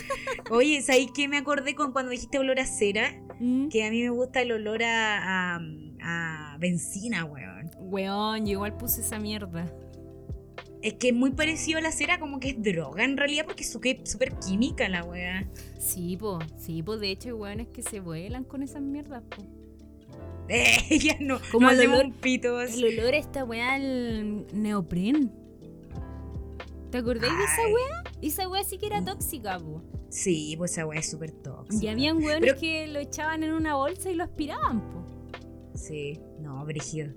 S2: Oye, ¿sabes qué me acordé con cuando dijiste olor a cera? (laughs)
S1: Mm.
S2: Que a mí me gusta el olor a, a, a benzina, weón.
S1: Weón, yo igual puse esa mierda.
S2: Es que es muy parecido a la cera, como que es droga en realidad, porque es su- súper química la weá.
S1: Sí, po, sí, po. De hecho, hay weones que se vuelan con esas mierdas, po.
S2: (laughs) Eh, ya no,
S1: Como
S2: no
S1: el
S2: hacemos
S1: olor-
S2: un pito así.
S1: El olor a esta weá al neopren. ¿Te acordáis de esa
S2: Ay. Mm.
S1: weá? Esa weá sí que era tóxica, po.
S2: Sí, pues esa weá es súper
S1: Y
S2: tóxica.
S1: habían weones
S2: Pero-
S1: que lo echaban en una bolsa y lo aspiraban, po.
S2: Sí, no, brígido.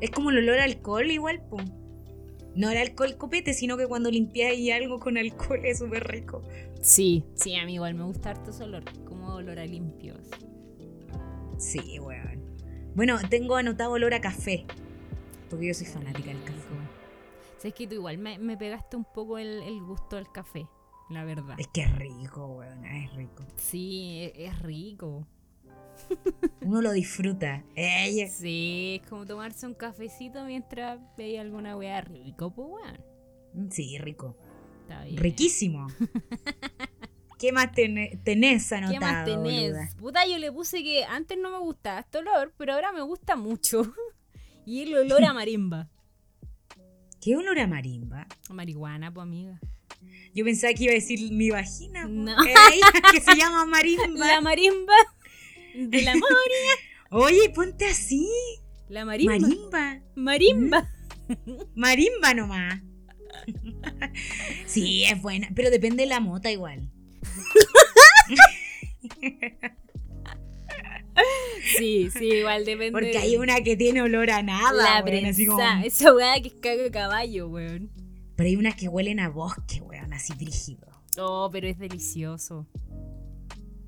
S2: Es como el olor a alcohol igual, po. No era alcohol copete, sino que cuando limpiáis algo con alcohol es súper rico.
S1: Sí. Sí, a mí igual me gusta harto ese olor. Como olor a limpio. así.
S2: Sí, weón. Bueno, tengo anotado olor a café. Porque yo soy fanática del café.
S1: Sabes que tú igual me, me pegaste un poco el, el gusto del café, la verdad.
S2: Es que es rico, weón, ah, es rico.
S1: Sí, e- es, rico.
S2: Uno lo disfruta. Ey,
S1: Sí, es como tomarse un cafecito mientras veía alguna weá rico, pues weón.
S2: Sí, rico.
S1: Está bien. (laughs)
S2: Riquísimo. ¿Qué más tené- tenés anotado?
S1: ¿Qué más tenés?
S2: boluda?
S1: Puta, yo le puse que antes no me gustaba este olor, pero ahora me gusta mucho. (laughs) y el olor a marimba.
S2: ¿Qué olor a marimba?
S1: A Marihuana, pues amiga.
S2: Yo pensaba que iba a decir mi vagina. po.
S1: No.
S2: Ey, (laughs) que se llama marimba.
S1: La marimba. Del amor.
S2: Oye, ponte así.
S1: La marimba.
S2: Marimba.
S1: marimba.
S2: Marimba nomás. (laughs) Sí, es buena. Pero depende de la mota igual.
S1: Sí, sí, igual depende.
S2: Porque
S1: de-
S2: hay una que tiene olor a nada.
S1: La
S2: weón, así
S1: prensa.
S2: como-
S1: Esa weá que es cago de caballo, weón.
S2: Pero hay unas que huelen a bosque, weón, así brígido.
S1: Oh, pero es delicioso.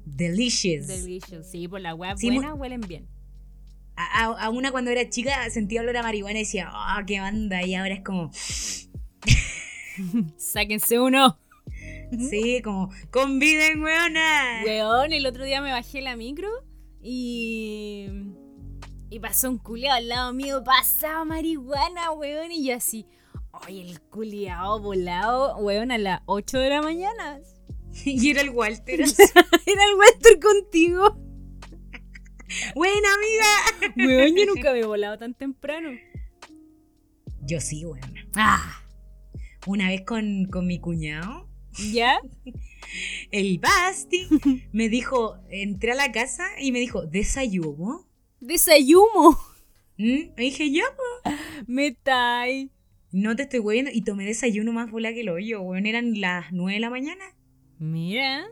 S2: Delicious.
S1: Delicious. Sí, pues, por la weá
S2: Sí,
S1: buena huelen bien.
S2: a, a- a una cuando era chica sentía olor a marihuana y decía, oh, qué onda. Y ahora es como,
S1: Sáquense uno.
S2: sí, como, conviden, weona.
S1: Weón, el otro día me bajé la micro y. Y pasó un culeado al lado mío, pasaba marihuana, weón. Y yo así, oye, el culeado volado, weón, a las 8 de la mañana.
S2: (laughs)
S1: (laughs)
S2: Y era el Walter. (laughs)
S1: Era el Wester contigo.
S2: Buena amiga.
S1: Weón, yo nunca me he volado tan temprano.
S2: Yo sí, weona.
S1: Ah,
S2: Una vez con, con mi cuñado,
S1: ¿ya? (laughs)
S2: el Basti, me dijo, entré a la casa y me dijo, ¿desayuno?
S1: Desayuno.
S2: ¿Mm? Me dije, yo
S1: Metai.
S2: no te estoy hueviendo. Y tomé desayuno más bola que el hoyo, weón. Eran las 9 de la mañana.
S1: Mira.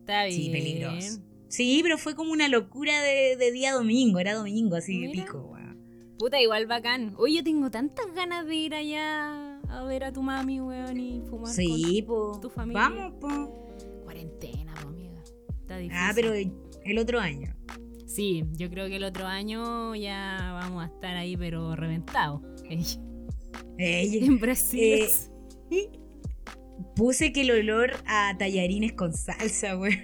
S1: Está bien.
S2: Sí, peligroso. Sí, pero fue como una locura de, de día domingo. Era domingo, así de
S1: Mira.
S2: pico, weón.
S1: Puta, igual bacán. Oye, yo tengo tantas ganas de ir allá a ver a tu mami, weón, y fumar.
S2: Sí, po.
S1: tu familia.
S2: Vamos, po.
S1: con- Cuarentena, po, amiga. Está difícil.
S2: Ah, pero el otro año.
S1: Sí, yo creo que el otro año ya vamos a estar ahí, pero reventados. (laughs)
S2: Ey,
S1: En Brasil.
S2: Eh, puse que el olor a tallarines con salsa, weón.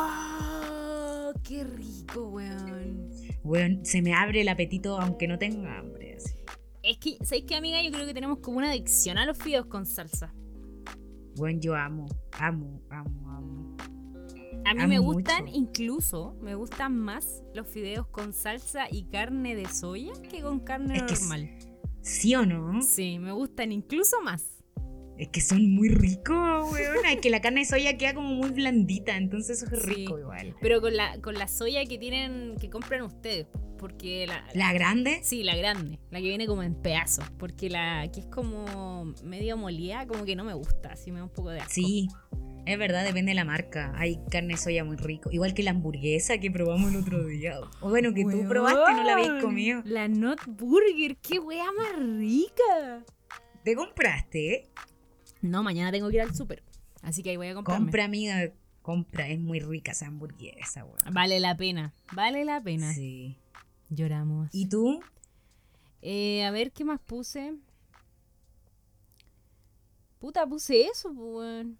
S1: ¡Wow! ¡Qué rico, weón!
S2: Weón, se me abre el apetito aunque no tenga hambre. así.
S1: Es que, ¿sabes qué, amiga? Yo creo que tenemos como una adicción a los fideos con salsa.
S2: Bueno, yo amo, amo, amo, amo.
S1: A mí
S2: A
S1: me
S2: mí
S1: gustan
S2: Ah, mucho.
S1: incluso, me gustan más los fideos con salsa y carne de soya que con carne
S2: Es que sí.
S1: normal.
S2: ¿Sí o no?
S1: Sí, me gustan incluso más.
S2: Es que son muy ricos, weona. Es que la carne de soya queda como muy blandita, entonces eso es
S1: Sí.
S2: rico igual.
S1: Pero con la, con la soya que tienen, que compran ustedes, porque la,
S2: La grande,
S1: sí, la grande, la que viene como en pedazos, porque la que es como medio molida, como que no me gusta, así me da un poco de asco.
S2: sí. Es verdad, depende de la marca. Hay carne de soya muy rico. Igual que la hamburguesa que probamos el otro día. O bueno, que tú
S1: Weón,
S2: probaste, no la habéis comido.
S1: La Not Burger, qué wea más rica.
S2: ¿Te compraste? eh?
S1: No, mañana tengo que ir al súper, así que ahí voy a comprarme.
S2: Compra, amiga. Compra. Es muy rica esa hamburguesa, weón.
S1: Vale la pena, vale la pena.
S2: Sí.
S1: Lloramos.
S2: ¿Y tú?
S1: Eh, a ver qué más puse. Puta, puse eso, po, weón.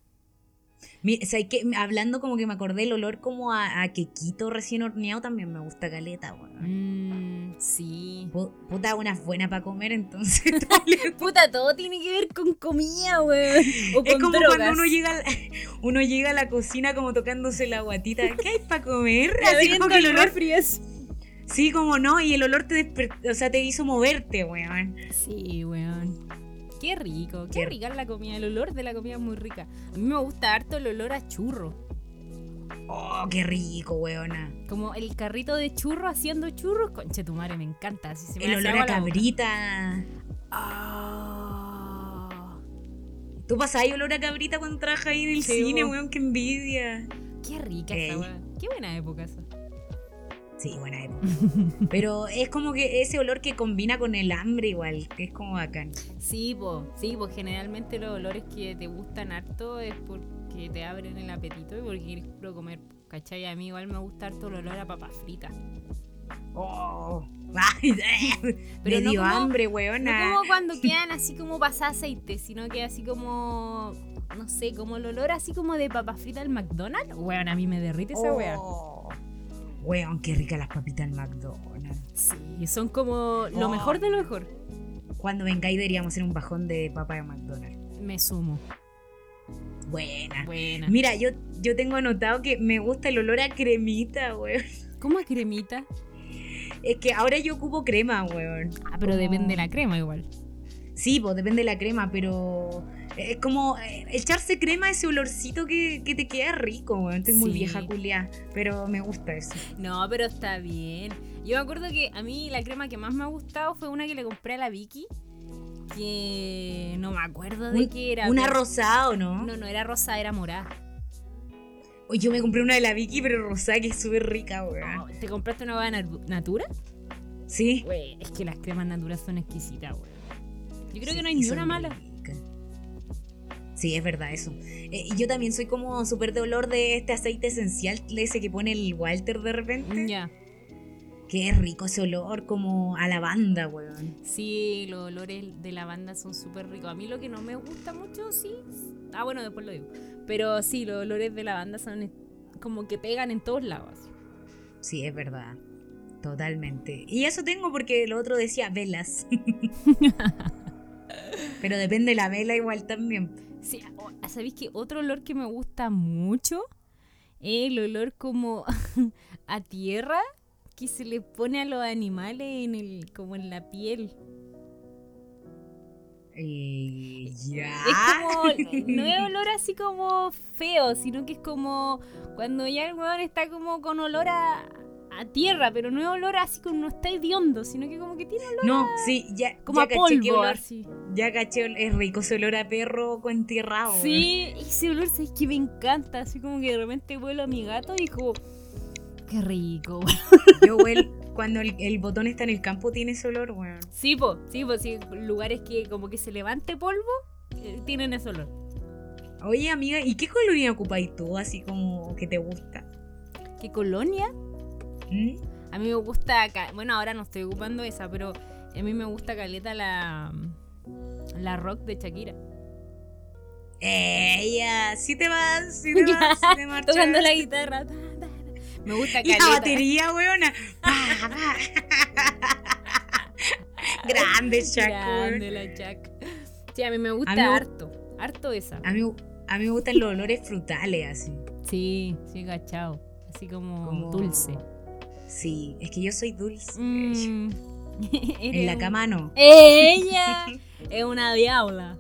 S2: Mira, ¿sabes qué? Hablando como que me acordé el olor como a, a quequito recién horneado también me gusta caleta, weón.
S1: Mm, sí.
S2: Po- Puta, unas buenas para comer, entonces. (laughs) todo le-
S1: Puta, todo tiene que ver con comida, weón. O
S2: es
S1: con
S2: como
S1: drogas.
S2: cuando uno llega, a la, (laughs) uno llega a la cocina como tocándose la guatita. ¿Qué hay para
S1: (laughs)
S2: comer?
S1: Y
S2: Así como
S1: abriendo
S2: que el
S1: el
S2: olor.
S1: refri es-
S2: Sí, como no, y el olor te desper- o sea, te hizo moverte, weón.
S1: Sí, weón. Qué rico, qué
S2: Qué-
S1: rica es la comida. El olor de la comida es muy rica. A mí me gusta harto el olor a churro.
S2: Oh, qué rico, weona.
S1: Como el carrito de churro haciendo churros. Conche tu madre, me encanta. Así se me
S2: El
S1: hace
S2: olor
S1: agua
S2: a
S1: la boca.
S2: cabrita.
S1: Ah.
S2: ¿Tú pasabas ahí olor a cabrita cuando trabajas ahí en el
S1: Sí,
S2: cine,
S1: vos.
S2: weón? Qué envidia.
S1: Qué rica
S2: Ey.
S1: esa weón. Qué buena época esa.
S2: Sí,
S1: (laughs)
S2: buena época. Pero es como que ese olor que combina con el hambre igual, que es como bacán.
S1: Sí, pues, sí, pues generalmente los olores que te gustan harto es porque te abren el apetito y porque quieres puro comer, ¿cachai? A mí igual me gusta harto el olor a papas fritas.
S2: Oh. (laughs) Ay,
S1: Pero
S2: me
S1: no
S2: dio
S1: como-
S2: hambre,
S1: No
S2: weona.
S1: como cuando
S2: (laughs)
S1: quedan así como pasa aceite, sino que así como, no sé, como el olor así como de papas fritas al McDonald's. Weón, a mí me derrite esa wea.
S2: Oh. Weón, qué rica las papitas del McDonald's.
S1: Sí, son como lo
S2: Oh.
S1: mejor de lo mejor.
S2: Cuando vengáis deberíamos hacer un bajón de papa de McDonald's.
S1: Me sumo.
S2: Buena.
S1: Buena.
S2: Mira, yo, yo tengo anotado que me gusta el olor a cremita, weón.
S1: ¿Cómo a cremita?
S2: Es que ahora yo ocupo crema, weón.
S1: Ah, pero
S2: Como-
S1: depende de la crema igual.
S2: Sí, pues depende de la crema, pero es como eh, echarse crema ese olorcito que, que te queda rico, weón. Estoy muy
S1: Sí.
S2: vieja, Julia, pero me gusta eso.
S1: No, pero está bien. Yo me acuerdo que a mí la crema que más me ha gustado fue una que le compré a la Vicky. Que no me acuerdo de
S2: Un-
S1: qué era.
S2: Una
S1: pero-
S2: rosada, ¿o no?
S1: No, no era rosa, era morada.
S2: Oye, Yo me compré una de la Vicky, pero rosada que es súper rica, weón.
S1: Oh, ¿Te compraste una hueá nat- natura?
S2: Sí.
S1: Güey, es que las cremas naturas son exquisitas, güey. Yo creo
S2: Sí,
S1: que no hay ni
S2: son
S1: una
S2: muy
S1: mala.
S2: ricas. Sí, es verdad eso. Eh, y yo también soy como súper de olor de este aceite esencial, ese que pone el Walter de repente.
S1: Ya.
S2: Qué rico ese olor, como a lavanda, weón.
S1: Sí, los olores de lavanda son súper ricos. A mí lo que no me gusta mucho, sí. Ah, bueno, después lo digo. Pero sí, los olores de lavanda son eh, como que pegan en todos lados.
S2: Sí, es verdad. Totalmente. Y eso tengo porque lo otro decía
S1: (laughs)
S2: velas. Pero depende la vela igual también.
S1: Sí, o- ¿sabéis que otro olor que me gusta mucho? Es el olor como (laughs) a tierra que se le pone a los animales en el, como en la piel.
S2: Eh, ya.
S1: Es como, no es olor así como feo, sino que es como cuando ya el huevón está como con olor a, a tierra, pero no es olor así como no está hediondo, sino que como que tiene olor
S2: No, sí, ya.
S1: como
S2: ya
S1: a
S2: caché qué
S1: polvo.
S2: olor.
S1: Así.
S2: Ya caché, ol- es rico ese olor a perro con tierra.
S1: Sí, ese olor es que me encanta, así como que de repente vuelo a mi gato y como, qué rico.
S2: Yo huel- cuando el, el botón está en el campo tiene ese olor, weón.
S1: Sí, po, sí, po, sí, lugares que como que se levante polvo, eh, tienen ese olor.
S2: Oye, amiga, ¿y qué colorín ocupáis tú así como que te gusta?
S1: ¿Qué colonia?
S2: ¿Mm?
S1: A mí me gusta, ca- bueno, ahora no estoy ocupando esa, pero a mí me gusta caleta la la rock de Shakira.
S2: Ella, sí te vas, sí te vas, sí
S1: (laughs)
S2: te marchas.
S1: Tocando la guitarra. (laughs) ta, ta, ta. Me gusta
S2: Y la
S1: caleta.
S2: batería,
S1: (laughs)
S2: weona. Pa, pa. Grande, Chaco.
S1: Grande la Shak. Sí, a mí me gusta
S2: A mí me gu-
S1: harto, harto esa.
S2: A mí, A mí me gustan los olores frutales, así.
S1: Sí, sí, cachao. Así como,
S2: Como-
S1: dulce.
S2: Sí, es que yo soy dulce.
S1: Mm. (laughs)
S2: En la cama no. (laughs)
S1: Ella es una diabla.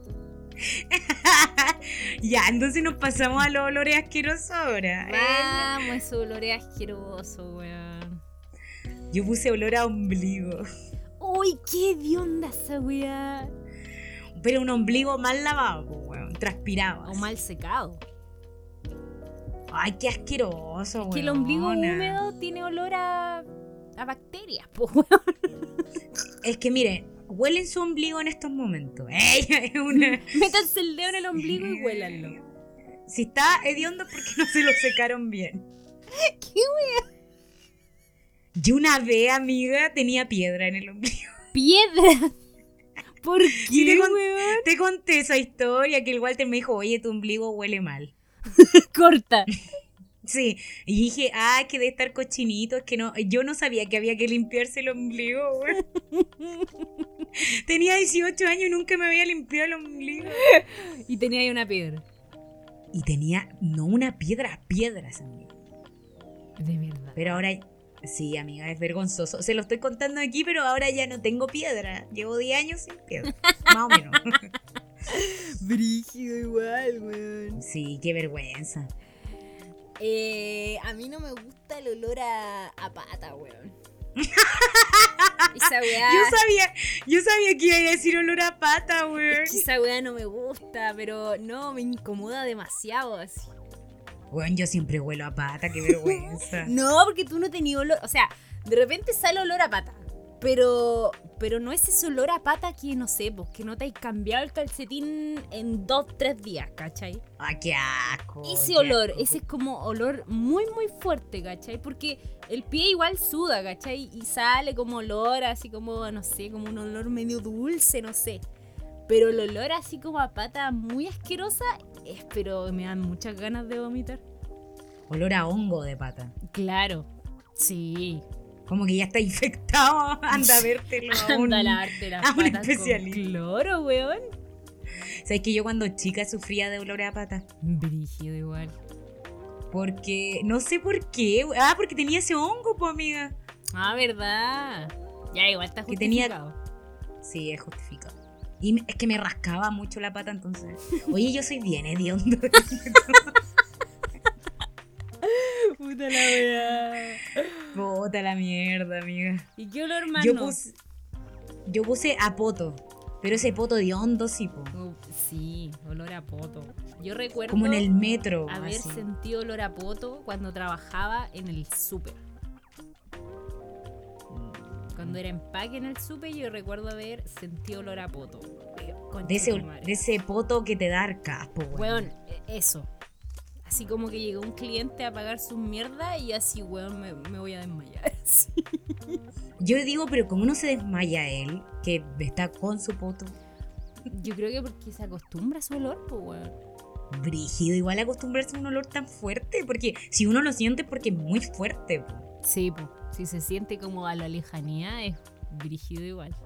S2: ya, entonces nos pasamos a los olores asquerosos ahora.
S1: Vamos, ese olor es asqueroso, weón.
S2: Yo puse olor a ombligo.
S1: Uy, qué dionda esa weá.
S2: Pero un ombligo mal lavado, po, weón. Transpirado.
S1: O
S2: así.
S1: mal secado.
S2: Ay, qué asqueroso, weón.
S1: Que el ombligo húmedo tiene olor a, a bacterias, po, weón. (laughs)
S2: Es que mire, huelen su ombligo en estos momentos. (laughs) Ey, es una-
S1: Métanse el dedo en el ombligo y huélanlo.
S2: Si está hediondo, ¿por qué no se lo secaron bien?
S1: (laughs) ¿Qué
S2: Yo una vez, amiga, tenía piedra en el ombligo. (laughs)
S1: piedra? (laughs) ¿Por
S2: Sí,
S1: qué,
S2: te con-
S1: weón?
S2: Te conté esa historia que el Walter me dijo, oye, tu ombligo huele mal.
S1: Corta.
S2: Sí, y dije, ah, que debe estar cochinito, es que no, yo no sabía que había que limpiarse el ombligo,
S1: (laughs)
S2: güey. Tenía 18 años y nunca me había limpiado el ombligo.
S1: Y tenía ahí una piedra.
S2: Y tenía, no una piedra, piedras, amiga.
S1: De verdad.
S2: Pero ahora, sí, amiga, es vergonzoso. Se lo estoy contando aquí, pero ahora ya no tengo piedra. Llevo 10 años sin piedra, más
S1: (laughs)
S2: o menos.
S1: Brígido igual, weón.
S2: Sí, qué vergüenza.
S1: Eh, a mí no me gusta el olor a, a pata, (laughs) weón. Esa weá.
S2: Yo sabía, yo sabía que iba a decir olor a pata, güey.
S1: es que esa weá no me gusta, pero no, me incomoda demasiado así.
S2: Bueno, yo siempre huelo a pata, qué vergüenza.
S1: No, porque tú no tenías olor. O sea, de repente sale olor a pata. Pero, pero no es ese olor a pata que no sé, pues que no te has cambiado el calcetín en dos, tres días, ¿cachai?
S2: Ah, qué asco.
S1: ese
S2: qué
S1: olor,
S2: asco.
S1: ese es como olor muy, muy fuerte, ¿cachai? Porque el pie igual suda, ¿cachai? Y sale como olor, así como, no sé, como un olor medio dulce, no sé. Pero el olor así como a pata muy asquerosa, es, pero me dan muchas ganas de vomitar.
S2: Olor a hongo de pata.
S1: Claro, sí.
S2: Como que ya está (laughs) infectado. Anda a vértelo a
S1: (laughs)
S2: un-
S1: Anda a lavarte (laughs) las
S2: a un
S1: patas con
S2: especialista.
S1: cloro, weón.
S2: Sabes que yo cuando chica sufría de olor a pata.
S1: Brígido igual.
S2: Porque no sé por qué. we- Ah, porque tenía ese hongo, pues, amiga.
S1: Ah, verdad. Ya, igual está
S2: Que tenía-
S1: justificado.
S2: Sí, es justificado. Y me- es que me rascaba mucho la pata entonces. Oye, yo soy bien hediondo.
S1: (laughs)
S2: (laughs)
S1: Puta la weá.
S2: Bota la mierda, amiga.
S1: ¿Y qué olor más
S2: yo,
S1: no?
S2: puse, yo puse a poto. Pero ese poto de hondo, sí, po.
S1: Oh, sí, olor a poto. Yo recuerdo
S2: Como en el metro.
S1: haber
S2: así.
S1: sentido olor a poto cuando trabajaba en el súper. Cuando era empaque en el súper, yo recuerdo haber sentido olor a poto. Eh, Concha
S2: De ese,
S1: tu madre.
S2: de ese poto que te da arcas, po, weón.
S1: Weón, e- eso. Así como que llegó un cliente a pagar sus mierda y así, weón, me, me voy a desmayar. (laughs) Sí.
S2: Yo digo, pero como no se desmaya él, que está con su poto
S1: Yo creo que porque se acostumbra a su olor, pues, weón.
S2: brígido, igual acostumbrarse a un olor tan fuerte, porque si uno lo siente es porque es muy fuerte. po.
S1: Sí, pues. Si se siente como a la lejanía, es brígido igual.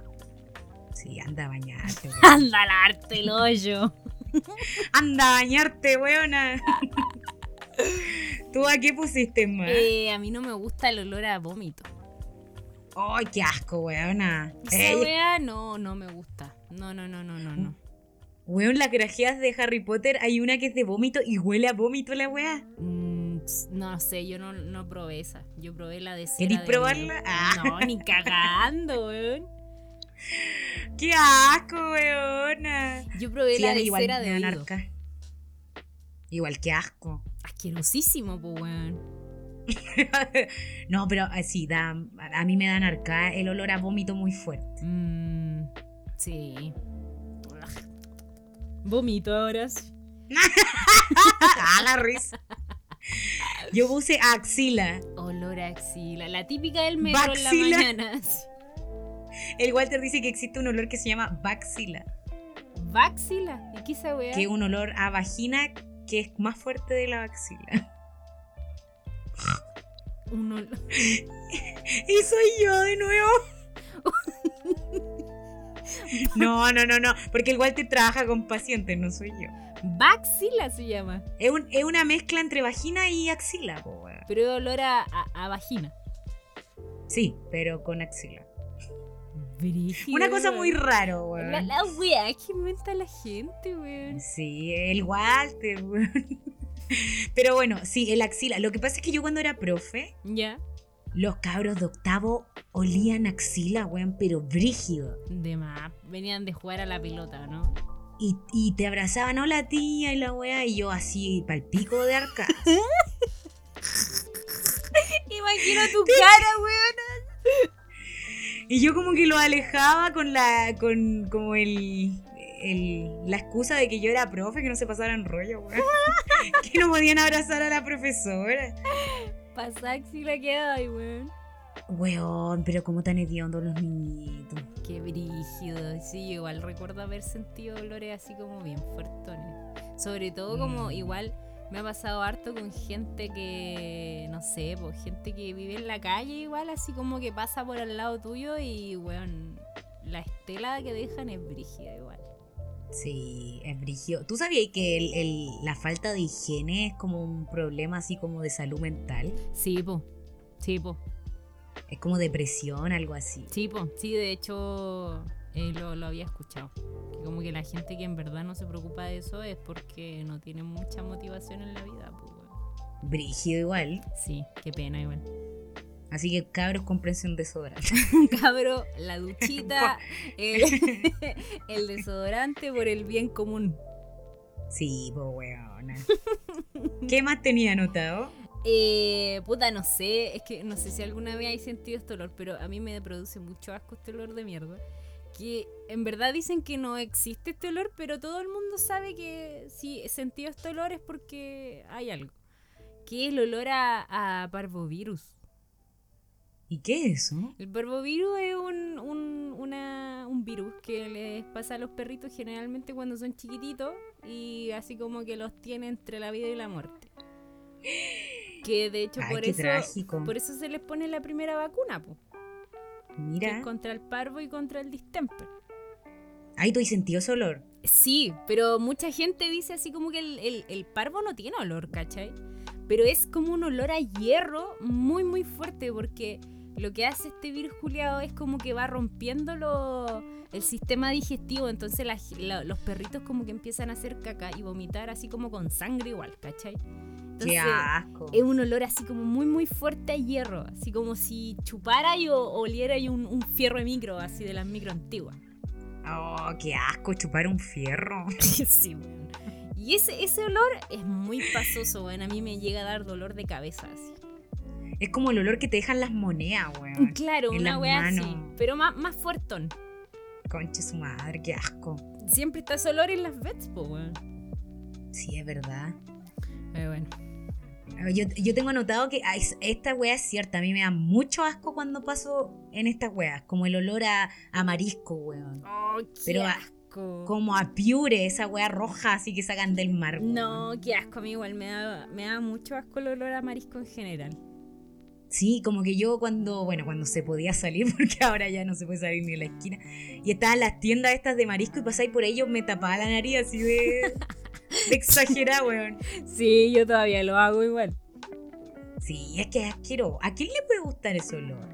S2: Sí, anda a bañarte, weón.
S1: Anda al arte el hoyo.
S2: (laughs) Anda a bañarte, weona. (laughs) ¿Tú a qué pusiste más?
S1: Eh, a mí no me gusta el olor a vómito.
S2: ¡Ay, qué asco, weona! Eh,
S1: Esa
S2: Ey,
S1: weá no, no me gusta. No, no, no, no, no, no.
S2: weón, las grajeas de Harry Potter hay una que es de vómito y huele a vómito la weá.
S1: Mm, ts- no sé, yo no, no probé esa. Yo probé la de cera
S2: ¿Querís
S1: de
S2: probarla?
S1: olivo.
S2: Ah.
S1: No, ni cagando, weón.
S2: ¡Qué asco, weona!
S1: Yo probé
S2: Sí,
S1: la
S2: a mí
S1: de
S2: igual
S1: cera
S2: me
S1: de
S2: dan
S1: oído.
S2: arcas. Igual, qué asco. (laughs)
S1: Asquerosísimo, po, weón.
S2: no, pero eh, sí, da, a a mí me dan arcada el olor a vómito muy fuerte.
S1: Mm, sí. Ugh. Vomito ahora. sí.
S2: ah, la risa. (laughs) Yo puse axila.
S1: Olor a axila. La típica del metro en
S2: Baxila.
S1: la mañana. (laughs) sí.
S2: El Walter dice que existe un olor que se llama baxila,
S1: Baxila. ¿Y qué esa weá?
S2: que es un olor a vagina que es más fuerte de la axila. (laughs)
S1: Un olor-
S2: Y soy yo de nuevo. (laughs) No, no, no, no, porque el Walter trabaja con pacientes, no soy yo.
S1: Baxila se llama.
S2: Es, un- es una mezcla entre vagina y axila. po, weón.
S1: Pero es olor a, a- a vagina.
S2: Sí, pero con axila.
S1: Brígido,
S2: Una cosa
S1: weón.
S2: muy raro, weón.
S1: La, la weá que inventa la gente, weón.
S2: Sí, el Walter, weón. Pero bueno, sí, el axila. Lo que pasa es que yo cuando era profe,
S1: Ya.
S2: los cabros de octavo olían axila, weón, pero brígido.
S1: De más. Venían de jugar a la pelota, ¿no?
S2: Y, y te abrazaban, hola tía, y la weá, y yo así, palpico
S1: (laughs)
S2: de arca.
S1: Imagino tu cara, weón.
S2: Y yo como que lo alejaba con la. con como el. el- la excusa de que yo era profe, que no se pasaran
S1: (laughs)
S2: rollo, weón. (laughs) que no podían abrazar a la profesora.
S1: Pasaxila que hay, weón.
S2: Weón, pero como tan hediondos los niñitos.
S1: Qué brígido. Sí, yo igual recuerdo haber sentido olores así como bien fuertones. Sobre todo como
S2: Mm.
S1: igual me ha pasado harto con gente que, no sé, pues gente que vive en la calle igual, así como que pasa por al lado tuyo y, weón, la estela que dejan es brígida igual.
S2: Sí, es brigio. ¿Tú sabías que el- el- la falta de higiene es como un problema así como de salud mental?
S1: Sí, po. Sí, po.
S2: Es como depresión, algo así.
S1: Sí, po. Sí, de hecho, eh, lo, lo había escuchado. Que como que la gente que en verdad no se preocupa de eso es porque no tiene mucha motivación en la vida, pues, weón.
S2: Brígido igual.
S1: Sí, qué pena igual.
S2: Así que cabros, cómprense un desodorante. (laughs)
S1: (laughs) cabro, la duchita, el, (laughs) el desodorante por el bien común.
S2: Sí,
S1: (laughs)
S2: po weona. ¿Qué más tenía anotado?
S1: Eh, puta, no sé, es que no sé si alguna vez hay sentido este olor, pero a mí me produce mucho asco este olor de mierda. Que en verdad dicen que no existe este olor, pero todo el mundo sabe que si he sentido este olor es porque hay algo. Que es el olor a, a parvovirus.
S2: ¿Y qué es eso?
S1: El parvovirus es un, un, una- un virus que les pasa a los perritos generalmente cuando son chiquititos y así como que los tiene entre la vida y la muerte. (gasps) Que de hecho
S2: Ay,
S1: por
S2: qué
S1: eso
S2: trágico.
S1: por eso se les pone la primera vacuna, po, que
S2: Mira.
S1: es contra el parvo y contra el distemper.
S2: Ay, tú has sentido ese olor.
S1: Sí, pero mucha gente dice así como que el, el- el parvo no tiene olor, ¿cachai? Pero es como un olor a hierro muy, muy fuerte porque lo que hace este virus juliado es como que va rompiendo lo- el sistema digestivo, entonces la g- la- los perritos como que empiezan a hacer caca y vomitar así como con sangre igual, ¿cachai?
S2: qué
S1: Entonces,
S2: asco.
S1: es un olor así como muy muy fuerte a hierro, así como si chupara y o- oliera y un, un fierro de micro, así de las micro antiguas.
S2: Oh, qué asco chupar un fierro.
S1: sí, weón. Y ese, ese olor es muy pasoso, weón. A mí me llega a dar dolor de cabeza así.
S2: Es como el olor que te dejan las monedas, weón.
S1: Claro,
S2: en
S1: una
S2: las
S1: weá así,
S2: manos.
S1: pero más, más fuertón.
S2: Conche su madre, qué asco.
S1: Siempre está ese olor en las vets, po, weón.
S2: Sí, es verdad.
S1: Pero bueno.
S2: A ver, Yo, yo tengo anotado que ay, s- esta wea es cierta. A mí me da mucho asco cuando paso en estas weas. Como el olor a, a marisco, weón.
S1: Oh, qué
S2: Pero a-
S1: asco.
S2: Como a piure, esa wea roja así que sacan del mar. weón.
S1: No, qué asco, a mí igual me da, me da mucho asco el olor a marisco en general.
S2: Sí, como que yo cuando, bueno, cuando se podía salir, (laughs) porque ahora ya no se puede salir ni a la esquina. Y estaban las tiendas estas de marisco y pasáis por ellos, me tapaba la nariz así de, de exagerada, weón.
S1: Sí, yo todavía lo hago igual.
S2: Sí, es que es asqueroso. ¿A quién le puede gustar ese olor?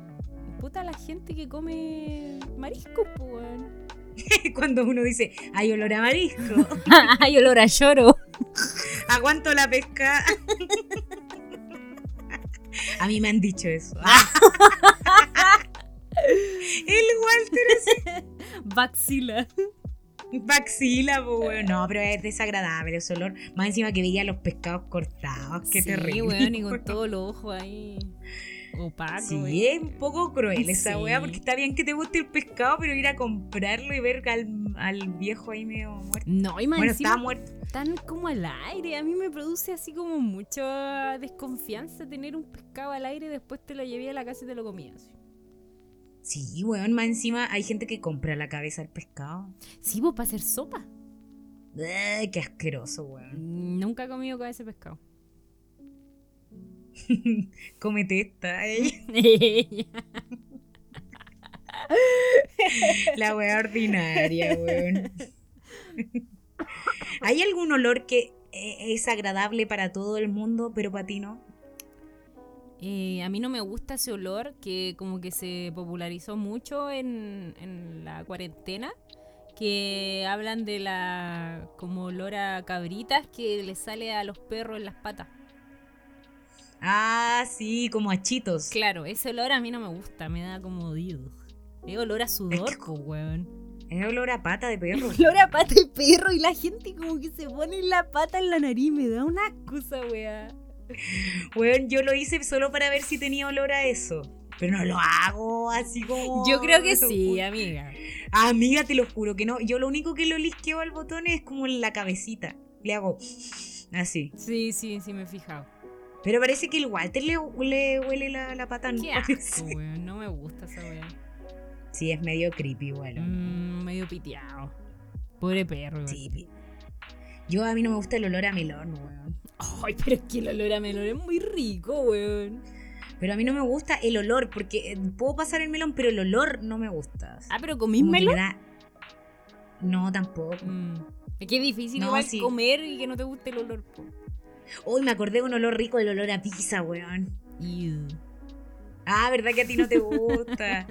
S1: Puta la gente que come marisco, po, (laughs) weón.
S2: (laughs) cuando uno dice, hay olor a marisco, (laughs)
S1: Ay, olor a lloro.
S2: aguanto la pesca. (laughs) A mí me han dicho eso. (laughs) El Walter
S1: Baxila.
S2: Baxila, pues, weón. No, pero es desagradable ese olor. Más encima que veía los pescados cortados. Qué
S1: sí,
S2: terrible.
S1: weón, y
S2: (laughs)
S1: con
S2: weón.
S1: todos los ojos ahí opacos.
S2: Sí,
S1: eh.
S2: es un poco cruel esa
S1: Sí.
S2: weá, porque está bien que te guste el pescado, pero ir a comprarlo y ver al, al viejo ahí medio muerto.
S1: No, y más
S2: Bueno,
S1: encima
S2: estaba muerto.
S1: están como al aire. A mí me produce así como mucha desconfianza tener un pescado al aire. Después te lo llevé a la casa y te lo comías.
S2: Sí, weón, más encima hay gente que compra la cabeza del pescado.
S1: Sí, vos para hacer sopa.
S2: Ay, qué asqueroso, weón.
S1: Nunca he comido con ese
S2: (laughs)
S1: pescado.
S2: Cómete
S1: (laughs)
S2: esta. ay. La weá ordinaria, weón. ¿Hay algún olor que eh, es agradable para todo el mundo, pero para ti no?
S1: Eh, a mí no me gusta ese olor que como que se popularizó mucho en, en la cuarentena, que hablan de la como olor a cabritas que le sale a los perros en las patas.
S2: Ah, sí, como achitos.
S1: Claro, ese olor a mí no me gusta, me da como dios. Es olor a sudor, po, weón.
S2: Es olor a pata de perro.
S1: (laughs) Olor a pata de perro y la gente como que se pone la pata en la nariz, me da una excusa, weá.
S2: Weón, yo lo hice solo para ver si tenía olor a eso. Pero no lo hago así como.
S1: Yo creo que
S2: eso,
S1: sí,
S2: ju-
S1: amiga.
S2: Amiga, te lo juro que no. Yo lo único que lo lisqueo al botón es como en la cabecita. Le hago así.
S1: Sí, sí, sí, me he fijado.
S2: Pero parece que el Walter le, le huele la, la pata. ¿no?
S1: Qué
S2: (laughs)
S1: asco, weón. No me gusta esa weá.
S2: Sí, es medio creepy, weón.
S1: Mm, medio piteado. Pobre perro. weón.
S2: Sí, pi- Yo a mí no me gusta el olor a melón, weón.
S1: Ay, pero es que el olor a melón es muy rico, weón.
S2: Pero a mí no me gusta el olor, porque eh, puedo pasar el melón, pero el olor no me gusta.
S1: Ah, pero
S2: Como
S1: comís
S2: que me
S1: melón.
S2: da- No, tampoco.
S1: Mm. Es que es difícil
S2: No,
S1: igual
S2: sí.
S1: comer y que no te guste el olor. po.
S2: Hoy me acordé de un olor rico, el olor a pizza, weón.
S1: Ew.
S2: Ah, ¿verdad que a ti no
S1: (laughs)
S2: te gusta?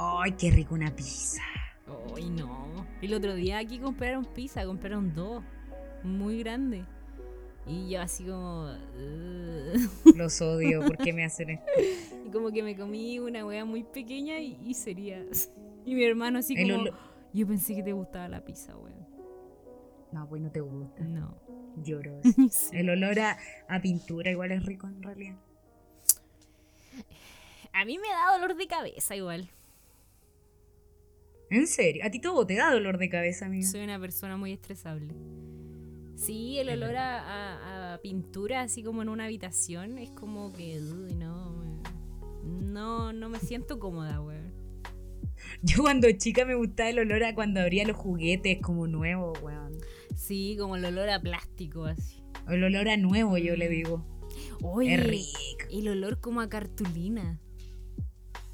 S2: Ay, qué rico una pizza.
S1: Ay, no. El otro día aquí compraron pizza, compraron dos. Muy grande. Y yo así como... "Ugh". (laughs)
S2: Los odio, ¿por qué me hacen esto?
S1: Y como que me comí una hueá muy pequeña y, y sería... Y mi hermano así
S2: El
S1: como...
S2: olor-
S1: Yo pensé que te gustaba la pizza, weón.
S2: No, pues no te gusta.
S1: No.
S2: Lloro.
S1: (laughs) Sí.
S2: El olor a, a pintura igual es rico en realidad.
S1: A mí me da dolor de cabeza igual.
S2: En serio, a ti todo te da dolor de cabeza, amiga.
S1: Soy una persona muy estresable. Sí, el olor a, a- a pintura, así como en una habitación, es como que... uy, no, weón. No, no me siento cómoda, weón.
S2: Yo cuando chica me gustaba el olor a cuando abría los juguetes como nuevo, weón.
S1: Sí, como el olor a plástico, así.
S2: El olor a nuevo, yo le digo.
S1: Oye,
S2: Es rico.
S1: el olor como a cartulina.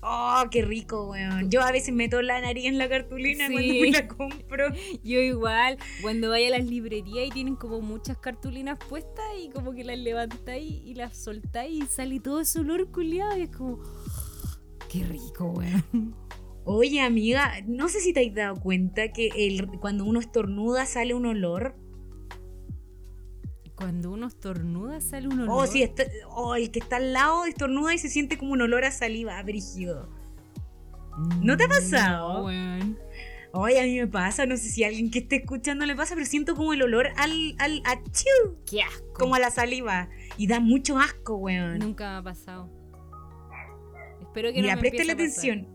S2: Oh, qué rico, weón. Yo a veces meto la nariz en la cartulina
S1: Sí.
S2: cuando me la compro.
S1: Yo igual, cuando vaya a las librerías y tienen como muchas cartulinas puestas y como que las levantáis y las soltáis y sale todo ese olor culiado y es como... (gasps) ¡Qué rico, weón!
S2: Oye, amiga, no sé si te has dado cuenta que el, cuando uno estornuda sale un olor.
S1: Cuando uno estornuda sale un olor.
S2: Oh, sí, está- oh, el que está al lado estornuda y se siente como un olor a saliva, brígido. ¿no te ha pasado?
S1: No, weón.
S2: Oye, a mí me pasa, no sé si a alguien que esté escuchando le pasa, pero siento como el olor al, al, a chiu,
S1: ¡Qué asco!
S2: como a la saliva. Y da mucho asco, weón.
S1: Nunca me ha pasado. Espero que no
S2: Mira,
S1: me
S2: presta
S1: empiece
S2: la
S1: a pasar.
S2: atención.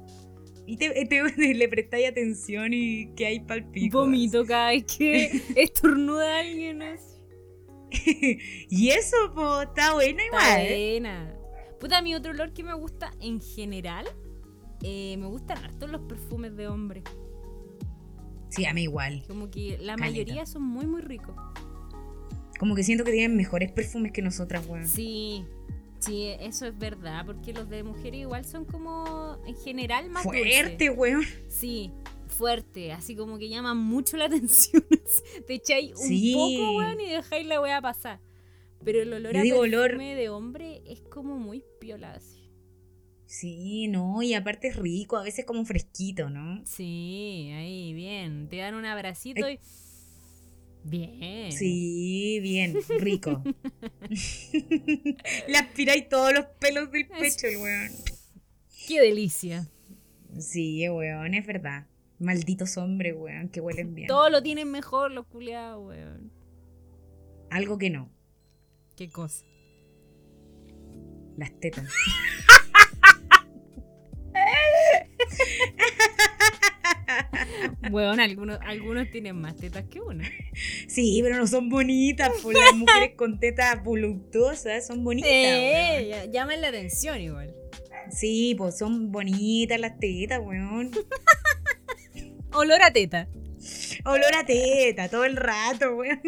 S2: Y te, eh, te- (laughs) le prestáis atención y que hay palpico.
S1: Vomito cada vez que estornuda alguien así.
S2: (laughs) y eso, po, está bueno igual. ¿eh?
S1: Está buena. Puta, mi otro olor que me gusta en general, eh, me gustan harto los perfumes de hombre.
S2: Sí, a mí igual.
S1: Como que la
S2: Caleta.
S1: mayoría son muy, muy ricos.
S2: Como que siento que tienen mejores perfumes que nosotras, weón.
S1: Sí, sí, eso es verdad, porque los de mujeres igual son como en general más dulces.
S2: Fuerte, weón.
S1: Sí, fuerte, así como que llaman mucho la (laughs) atención. Te echáis un
S2: Sí.
S1: poco, weón, y dejáis la weá pasar. Pero el olor
S2: Yo
S1: a
S2: digo
S1: perfume
S2: olor-
S1: de hombre es como muy piola, así.
S2: Sí, no, y aparte es rico, a veces como fresquito, ¿no?
S1: Sí, ahí, bien. Te dan un abracito y. Bien.
S2: Sí, bien,
S1: (laughs)
S2: rico. (laughs) Le aspiráis todos los pelos del pecho, el weón.
S1: Qué delicia.
S2: Sí, weón, es verdad. Malditos hombres, weón, que huelen bien.
S1: Todo lo tienen mejor los culiados, weón.
S2: Algo que no,
S1: Qué cosa.
S2: las tetas.
S1: Weón, algunos, algunos tienen más tetas que uno.
S2: (laughs) Sí, pero no son bonitas, pues las mujeres con tetas voluptuosas son bonitas.
S1: Eh, ya- llaman la atención igual.
S2: weón. Sí, pues son bonitas las tetas, weón.
S1: Olor a teta.
S2: Olor a teta todo el rato, weón.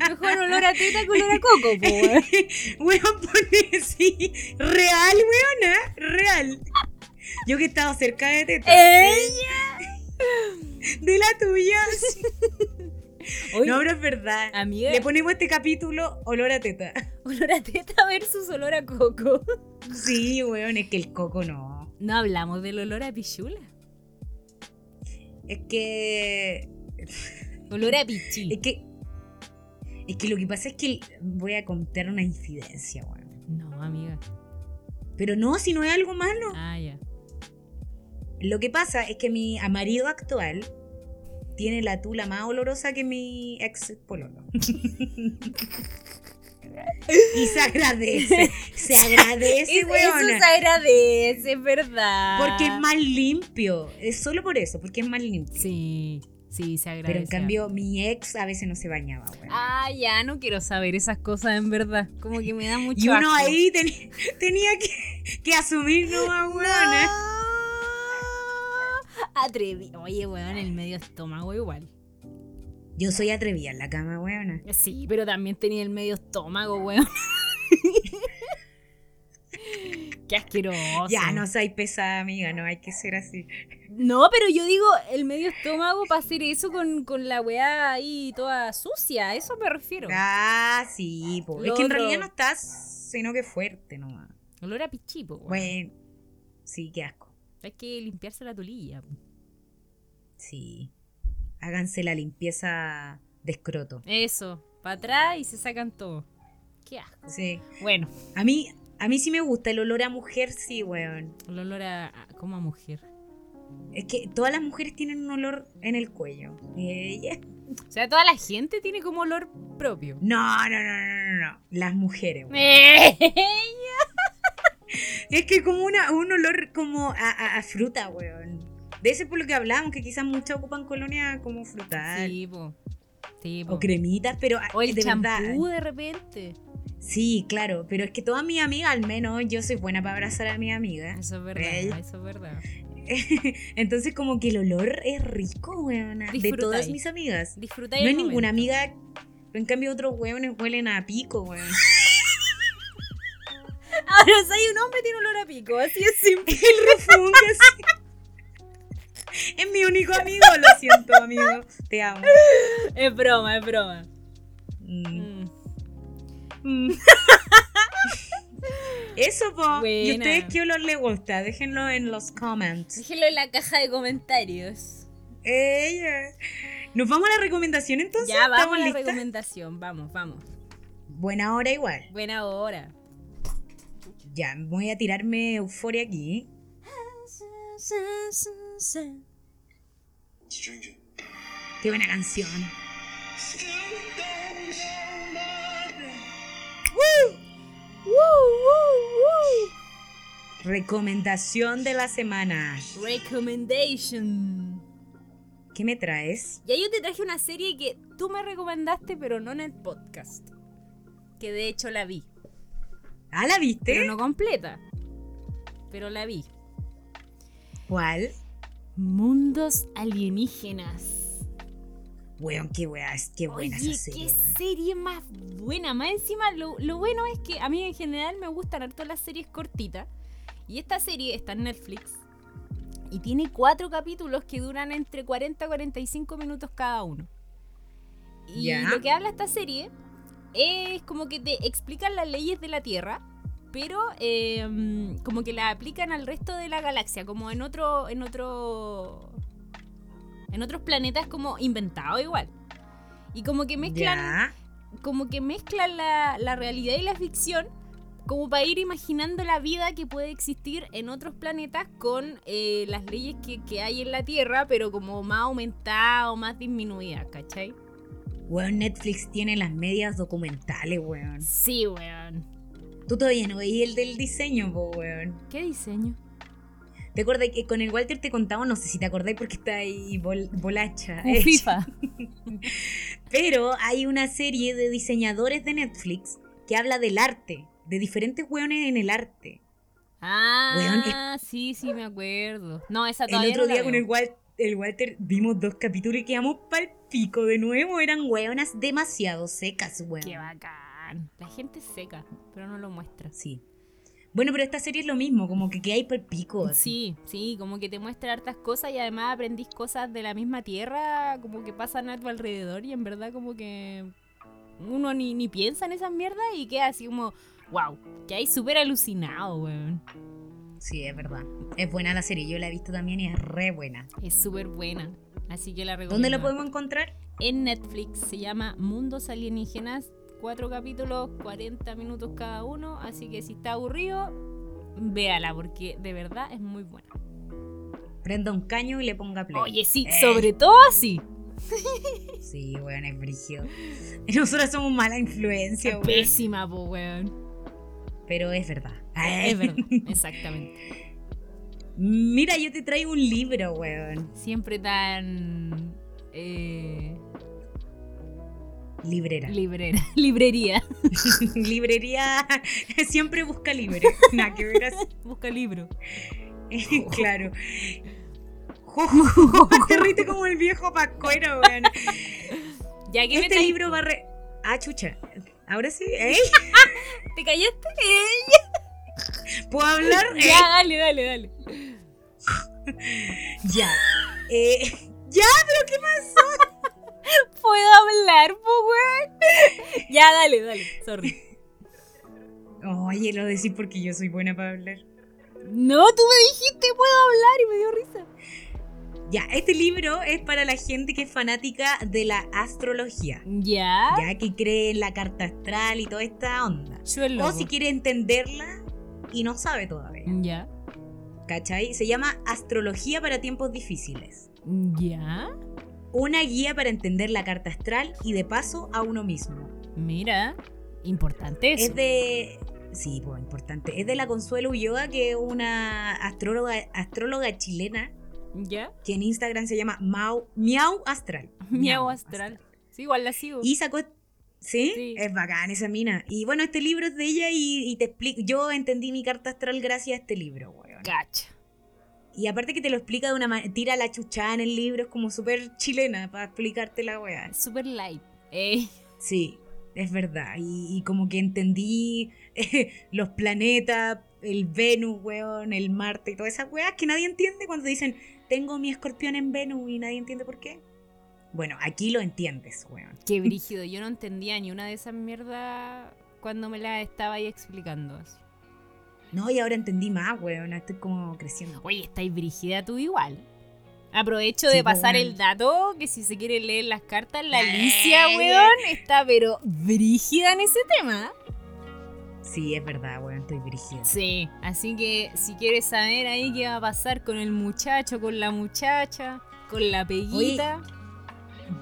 S1: Mejor olor a teta que olor a coco, po, weón.
S2: Weón, pone sí. Real, weón, ¿eh? Real. Yo que he estado ¿Eh? cerca de tetas.
S1: ¡Ella!
S2: De la tuya. sí.
S1: Oye,
S2: No, pero es verdad.
S1: amiga,
S2: Le ponemos este capítulo olor a teta.
S1: olor a teta versus olor a coco.
S2: Sí, weón, es que el coco no.
S1: No hablamos del olor a pichula.
S2: Es que.
S1: Olor a pichí.
S2: Es que. Es que lo que pasa es que el- voy a contar una incidencia, weón.
S1: No, amiga.
S2: Pero no, si no es algo malo.
S1: Ah, ya.
S2: Lo que pasa es que mi marido actual tiene la tula más olorosa que mi ex pololo. y se agradece.
S1: (laughs)
S2: Se agradece,
S1: Eso- eso se
S2: weona.
S1: agradece, es verdad.
S2: Porque es más limpio. Es solo por eso, porque es más limpio.
S1: Sí, sí, se agradece.
S2: Pero en cambio, mi ex a veces no se bañaba, weón.
S1: Ah, ya, no quiero saber esas cosas en verdad. Como que me da mucho
S2: Y uno
S1: asco.
S2: ahí teni- tenía que, que asumir no weona.
S1: No. Ah, Atrevi. Oye, weón, el medio estómago igual.
S2: Yo soy atrevida en la cama, weona.
S1: Sí, pero también tenía el medio estómago, weón. (laughs) Qué asqueroso.
S2: Ya, no soy pesada, amiga, no hay que ser así.
S1: No, pero yo digo el medio estómago para hacer eso con, con la weá ahí toda sucia. A eso me refiero.
S2: Ah, sí, po. es
S1: Lo
S2: que en
S1: otro.
S2: realidad no estás, sino que fuerte nomás.
S1: Olor a pichipo, weón.
S2: Bueno, sí, qué asco.
S1: Hay que limpiarse la tulilla.
S2: Sí. Háganse la limpieza de escroto.
S1: Eso, para atrás y se sacan todo. Qué asco.
S2: Sí.
S1: Bueno,
S2: A mí, a mí sí me gusta el olor a mujer, sí, weón.
S1: el olor a, a- como a mujer.
S2: Es que todas las mujeres tienen un olor en el cuello. Eh, ya.
S1: O sea, toda la gente tiene como olor
S2: (laughs)
S1: propio.
S2: No, no, no, no, no, no. Las mujeres, weón.
S1: ¡Ey!
S2: Es que como una, un olor como a, a- a fruta, weón. De ese por lo que hablamos, que quizás muchas ocupan colonia como frutal.
S1: sí, po. Sí, po.
S2: O cremitas, pero
S1: O el
S2: de verdad,
S1: champú de repente.
S2: Sí, claro, pero es que todas mis amigas, al menos yo soy buena para abrazar a mi amiga.
S1: Eso es
S2: Ey.
S1: verdad, eso es verdad.
S2: (laughs) Entonces como que el olor es rico, weón, de
S1: Disfruta
S2: todas
S1: ahí.
S2: mis amigas.
S1: Disfruta
S2: No
S1: (laughs)
S2: hay ninguna amiga, pero en cambio otros weones huelen a
S1: (laughs)
S2: pico, weón.
S1: Ahora, si hay un hombre, tiene olor a pico. Así es simple.
S2: (laughs) El refungas. es mi único amigo, lo siento, amigo. Te amo.
S1: es broma, es broma.
S2: Mm.
S1: Mm.
S2: Eso, po. ¿Y
S1: Buena.
S2: ustedes qué olor les gusta? Déjenlo en los comments.
S1: Déjenlo en la caja de comentarios.
S2: Ey, eh. ¿Nos vamos a la recomendación entonces?
S1: Ya, vamos
S2: ¿Estamos
S1: a la
S2: listas?
S1: recomendación. Vamos, vamos.
S2: Buena hora igual.
S1: Buena hora.
S2: Ya, voy a tirarme euforia aquí.
S4: Stranger.
S2: Qué buena canción. Recomendación de la semana.
S1: Recommendation.
S2: ¿Qué me traes?
S1: Ya yo te traje una serie que tú me recomendaste, pero no en el podcast. Que de hecho la vi.
S2: Ah, ¿la viste?
S1: Pero no completa. Pero la vi.
S2: ¿Cuál?
S1: Mundos alienígenas.
S2: Weón, qué weá, es- qué buena
S1: Oye,
S2: esa serie,
S1: qué
S2: weón.
S1: serie más buena. Más encima, lo, lo bueno es que a mí en general me gustan harto las series cortitas. Y esta serie está en Netflix. Y tiene cuatro capítulos que duran entre 40 y 45 minutos cada uno. Y
S2: Ya.
S1: lo que habla esta serie es como que te explican las leyes de la Tierra, pero eh, como que las aplican al resto de la galaxia, como en otro, en otro, en otros planetas como inventado igual. Y como que mezclan
S2: Ya.
S1: como que mezclan la, la realidad y la ficción como para ir imaginando la vida que puede existir en otros planetas con eh, las leyes que, que hay en la Tierra, pero como más aumentada o más disminuida, ¿cachai?
S2: Weón, Netflix tiene las medias documentales, weón.
S1: Sí, weón.
S2: Tú todavía no veías el del diseño, po, weón.
S1: ¿Qué diseño?
S2: ¿Te acuerdas que con el Walter te contamos? No sé si te acordás porque está ahí bol- bolacha.
S1: Un FIFA.
S2: Pero hay una serie de diseñadores de Netflix que habla del arte, de diferentes weones en el arte.
S1: Ah, sí, sí, me acuerdo. No, esa
S2: El
S1: todavía
S2: otro
S1: no la
S2: día con
S1: veo.
S2: el, Wal- el Walter vimos dos capítulos y quedamos pal pico de nuevo. Eran weonas demasiado secas, weón.
S1: Qué bacán. La gente es seca, pero no lo muestra.
S2: Sí. Bueno, pero esta serie es lo mismo, como que hay por pico. así.
S1: Sí, sí, como que te muestra hartas cosas y además aprendís cosas de la misma tierra, como que pasan a tu alrededor y en verdad como que uno ni, ni piensa en esas mierdas y queda así como, wow, que hay súper alucinado, weón.
S2: Sí, es verdad. Es buena la serie, yo la he visto también y es re buena.
S1: Es súper buena. Así que la recomiendo.
S2: ¿Dónde la podemos encontrar?
S1: En Netflix se llama Mundos Alienígenas, cuatro capítulos, 40 minutos cada uno, así que si está aburrido, véala porque de verdad es muy buena.
S2: Prenda un caño y le ponga play.
S1: Oye, sí,
S2: Eh.
S1: sobre todo así.
S2: Sí, weón, es brígido. (laughs) Nosotras somos mala influencia, weón.
S1: Pésima, po, weón.
S2: Pero es verdad. Eh.
S1: Es verdad, exactamente.
S2: (laughs) Mira, yo te traigo un libro, weón.
S1: Siempre tan eh,
S2: Librera.
S1: librera, (laughs) librería.
S2: Librería. (laughs) Siempre busca libre. Nada que ver así.
S1: Busca libro.
S2: (laughs)
S1: (laughs)
S2: claro. Jojo, te reíste como el viejo
S1: (laughs)
S2: pascuero, weón.
S1: Ya que me
S2: Este
S1: tra-
S2: libro va re. Ah, chucha. Ahora sí. ¿eh?
S1: te
S2: (laughs)
S1: callaste.
S2: ¿Puedo hablar? ¿Eh?
S1: (laughs) Ya, dale, dale, dale.
S2: Ya. Eh, (laughs) ya, pero ¿qué pasó?
S1: Puedo hablar, po, weón. (laughs) Ya, dale, dale. Sorry.
S2: Oye, lo decís porque yo soy buena para hablar.
S1: No, tú me dijiste puedo hablar y me dio risa.
S2: Ya, este libro es para la gente que es fanática de la astrología.
S1: Ya.
S2: Ya que cree en la carta astral y toda esta onda.
S1: Chuelo.
S2: O si quiere entenderla y no sabe todavía.
S1: Ya.
S2: ¿Cachai? Se llama Astrología para tiempos difíciles.
S1: Ya.
S2: Una guía para entender la carta astral y de paso a uno mismo.
S1: Mira. Importante eso.
S2: Es de. Sí, pues importante. Es de la Consuelo Ulloa, que es una astróloga, astróloga chilena,
S1: Ya.
S2: que en Instagram se llama Mau, Miau Astral.
S1: (laughs) Miau astral. Sí, igual la sigo.
S2: Y sacó. ¿Sí?
S1: Sí.
S2: es bacán esa mina. Y bueno, este libro es de ella y, y te explico. Yo entendí mi carta astral gracias a este libro, weón.
S1: Cacha.
S2: Y aparte que te lo explica de una manera. Tira la chuchada en el libro, es como súper chilena para explicarte la weá.
S1: Super light. Ey.
S2: Sí, es verdad. Y, y como que entendí (laughs) los planetas, el Venus, weón, el Marte y todas esas weas que nadie entiende cuando te dicen, tengo mi escorpión en Venus y nadie entiende por qué. Bueno, aquí lo entiendes, weón.
S1: Qué brígido, yo no entendía ni una de esas mierdas cuando me la estaba ahí explicando. así.
S2: No, y ahora entendí más, weón. Estoy como creciendo.
S1: Oye, estáis brígida tú igual. Aprovecho
S2: Sí,
S1: de
S2: pues,
S1: pasar
S2: weón.
S1: el dato que si se quiere leer las cartas, la
S2: Dale.
S1: Alicia, weón, está pero brígida en ese tema.
S2: Sí, es verdad, weón. Estoy dirigida.
S1: Sí, así que si quieres saber ahí qué va a pasar con el muchacho, con la muchacha, con la peguita,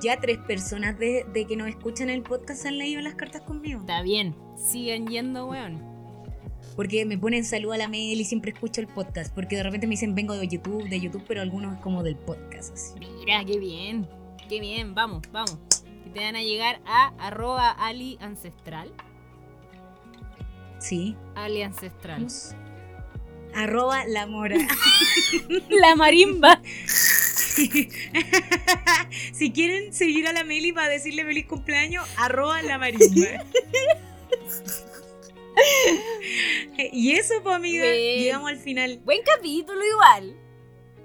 S2: Ya tres personas de, de que nos escuchan el podcast han leído las cartas conmigo.
S1: está bien. Sigan yendo, weón.
S2: Porque me ponen saludo a la mail y siempre escucho el podcast. Porque de repente me dicen vengo de YouTube, de YouTube, pero algunos es como del podcast. Así.
S1: Mira, qué bien. Qué bien, vamos, vamos. Que te van a llegar a arroba ali ancestral.
S2: Sí.
S1: Ali
S2: (laughs)
S1: ancestral.
S2: Arroba la mora. (laughs)
S1: La marimba.
S2: si quieren seguir a la Meli para decirle feliz cumpleaños, arroba la marimba. (laughs) y eso, pues, amiga,
S1: Bien.
S2: llegamos al final.
S1: Buen capítulo igual.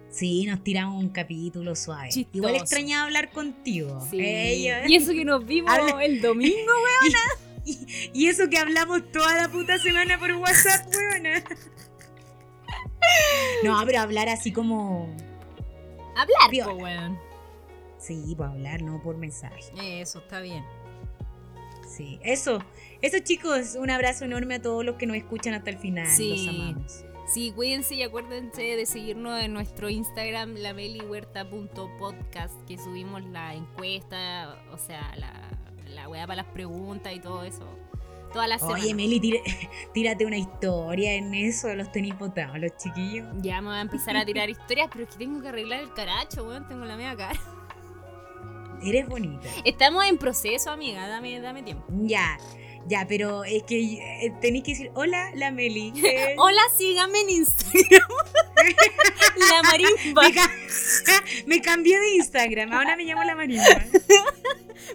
S2: Sí, nos tiramos un capítulo suave.
S1: Chistoso.
S2: Igual extrañaba hablar contigo. Oh. Ella-
S1: Y eso que nos vimos
S2: Habla-
S1: el domingo.
S2: Y eso que hablamos toda la puta semana por WhatsApp, weona. No, pero hablar así como.
S1: Hablar,
S2: Piola.
S1: po, weón.
S2: Sí, pues hablar, no por mensaje.
S1: Eso está bien.
S2: Sí, eso. Eso, chicos, un abrazo enorme a todos los que nos escuchan hasta el final.
S1: Sí.
S2: Los amamos.
S1: Sí, cuídense y acuérdense de seguirnos en nuestro Instagram, lamelihuerta.podcast, que subimos la encuesta, o sea, la, la weá para las preguntas y todo eso. Todas las
S2: Oye,
S1: semanas.
S2: Meli, tira- (laughs) tírate una historia en eso. Los tenéis botados, los chiquillos.
S1: Ya me voy a empezar a tirar historias, pero es que tengo que arreglar el caracho, weón. Tengo la media cara.
S2: Eres bonita.
S1: Estamos en proceso, amiga. Dame, dame tiempo.
S2: Ya, ya, pero es que eh, tenéis que decir: Hola, la Meli. Eh,
S1: Hola, síganme en Instagram. la marimba.
S2: Me, ca- (laughs) me cambié de Instagram, ahora me llamo la Marimba.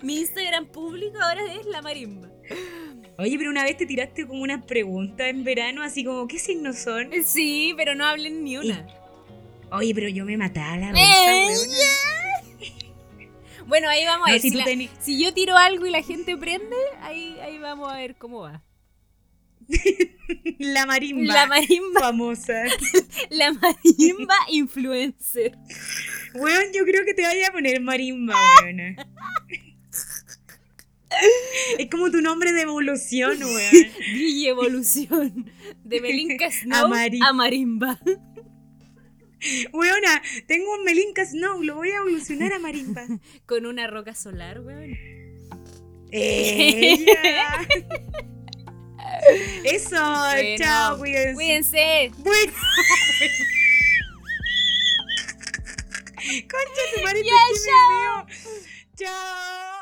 S1: Mi Instagram público ahora es la marimba.
S2: Oye, pero una vez te tiraste como una pregunta en verano, así como, ¿qué signos son?
S1: Sí, pero no hablen ni una.
S2: Oye, pero yo me mataba la risa,
S1: ¡Ella!
S2: weona.
S1: Eh,
S2: (laughs)
S1: Bueno, ahí vamos a
S2: No,
S1: ver.
S2: si
S1: Si,
S2: tú
S1: la-
S2: teni-
S1: si yo tiro algo y la gente prende, ahí, ahí vamos a ver cómo va.
S2: La marimba.
S1: La marimba,
S2: famosa.
S1: (laughs) la marimba (laughs) influencer.
S2: Weón, yo creo que te vaya a poner marimba,
S1: (laughs)
S2: weona. Es como tu nombre de evolución, weón.
S1: Guille Evolución. De Belinka Snow
S2: A mari-
S1: a marimba.
S2: Weona, tengo un Melinka Snow, lo voy a evolucionar
S1: (laughs)
S2: a marimba.
S1: Con una roca solar, weón. (laughs)
S2: Ella. Eso,
S1: Bueno,
S2: chao, cuídense.
S1: Cuídense.
S2: Bueno. Concha, tu madre,
S1: Ya,
S2: este chisme es mío. Chao.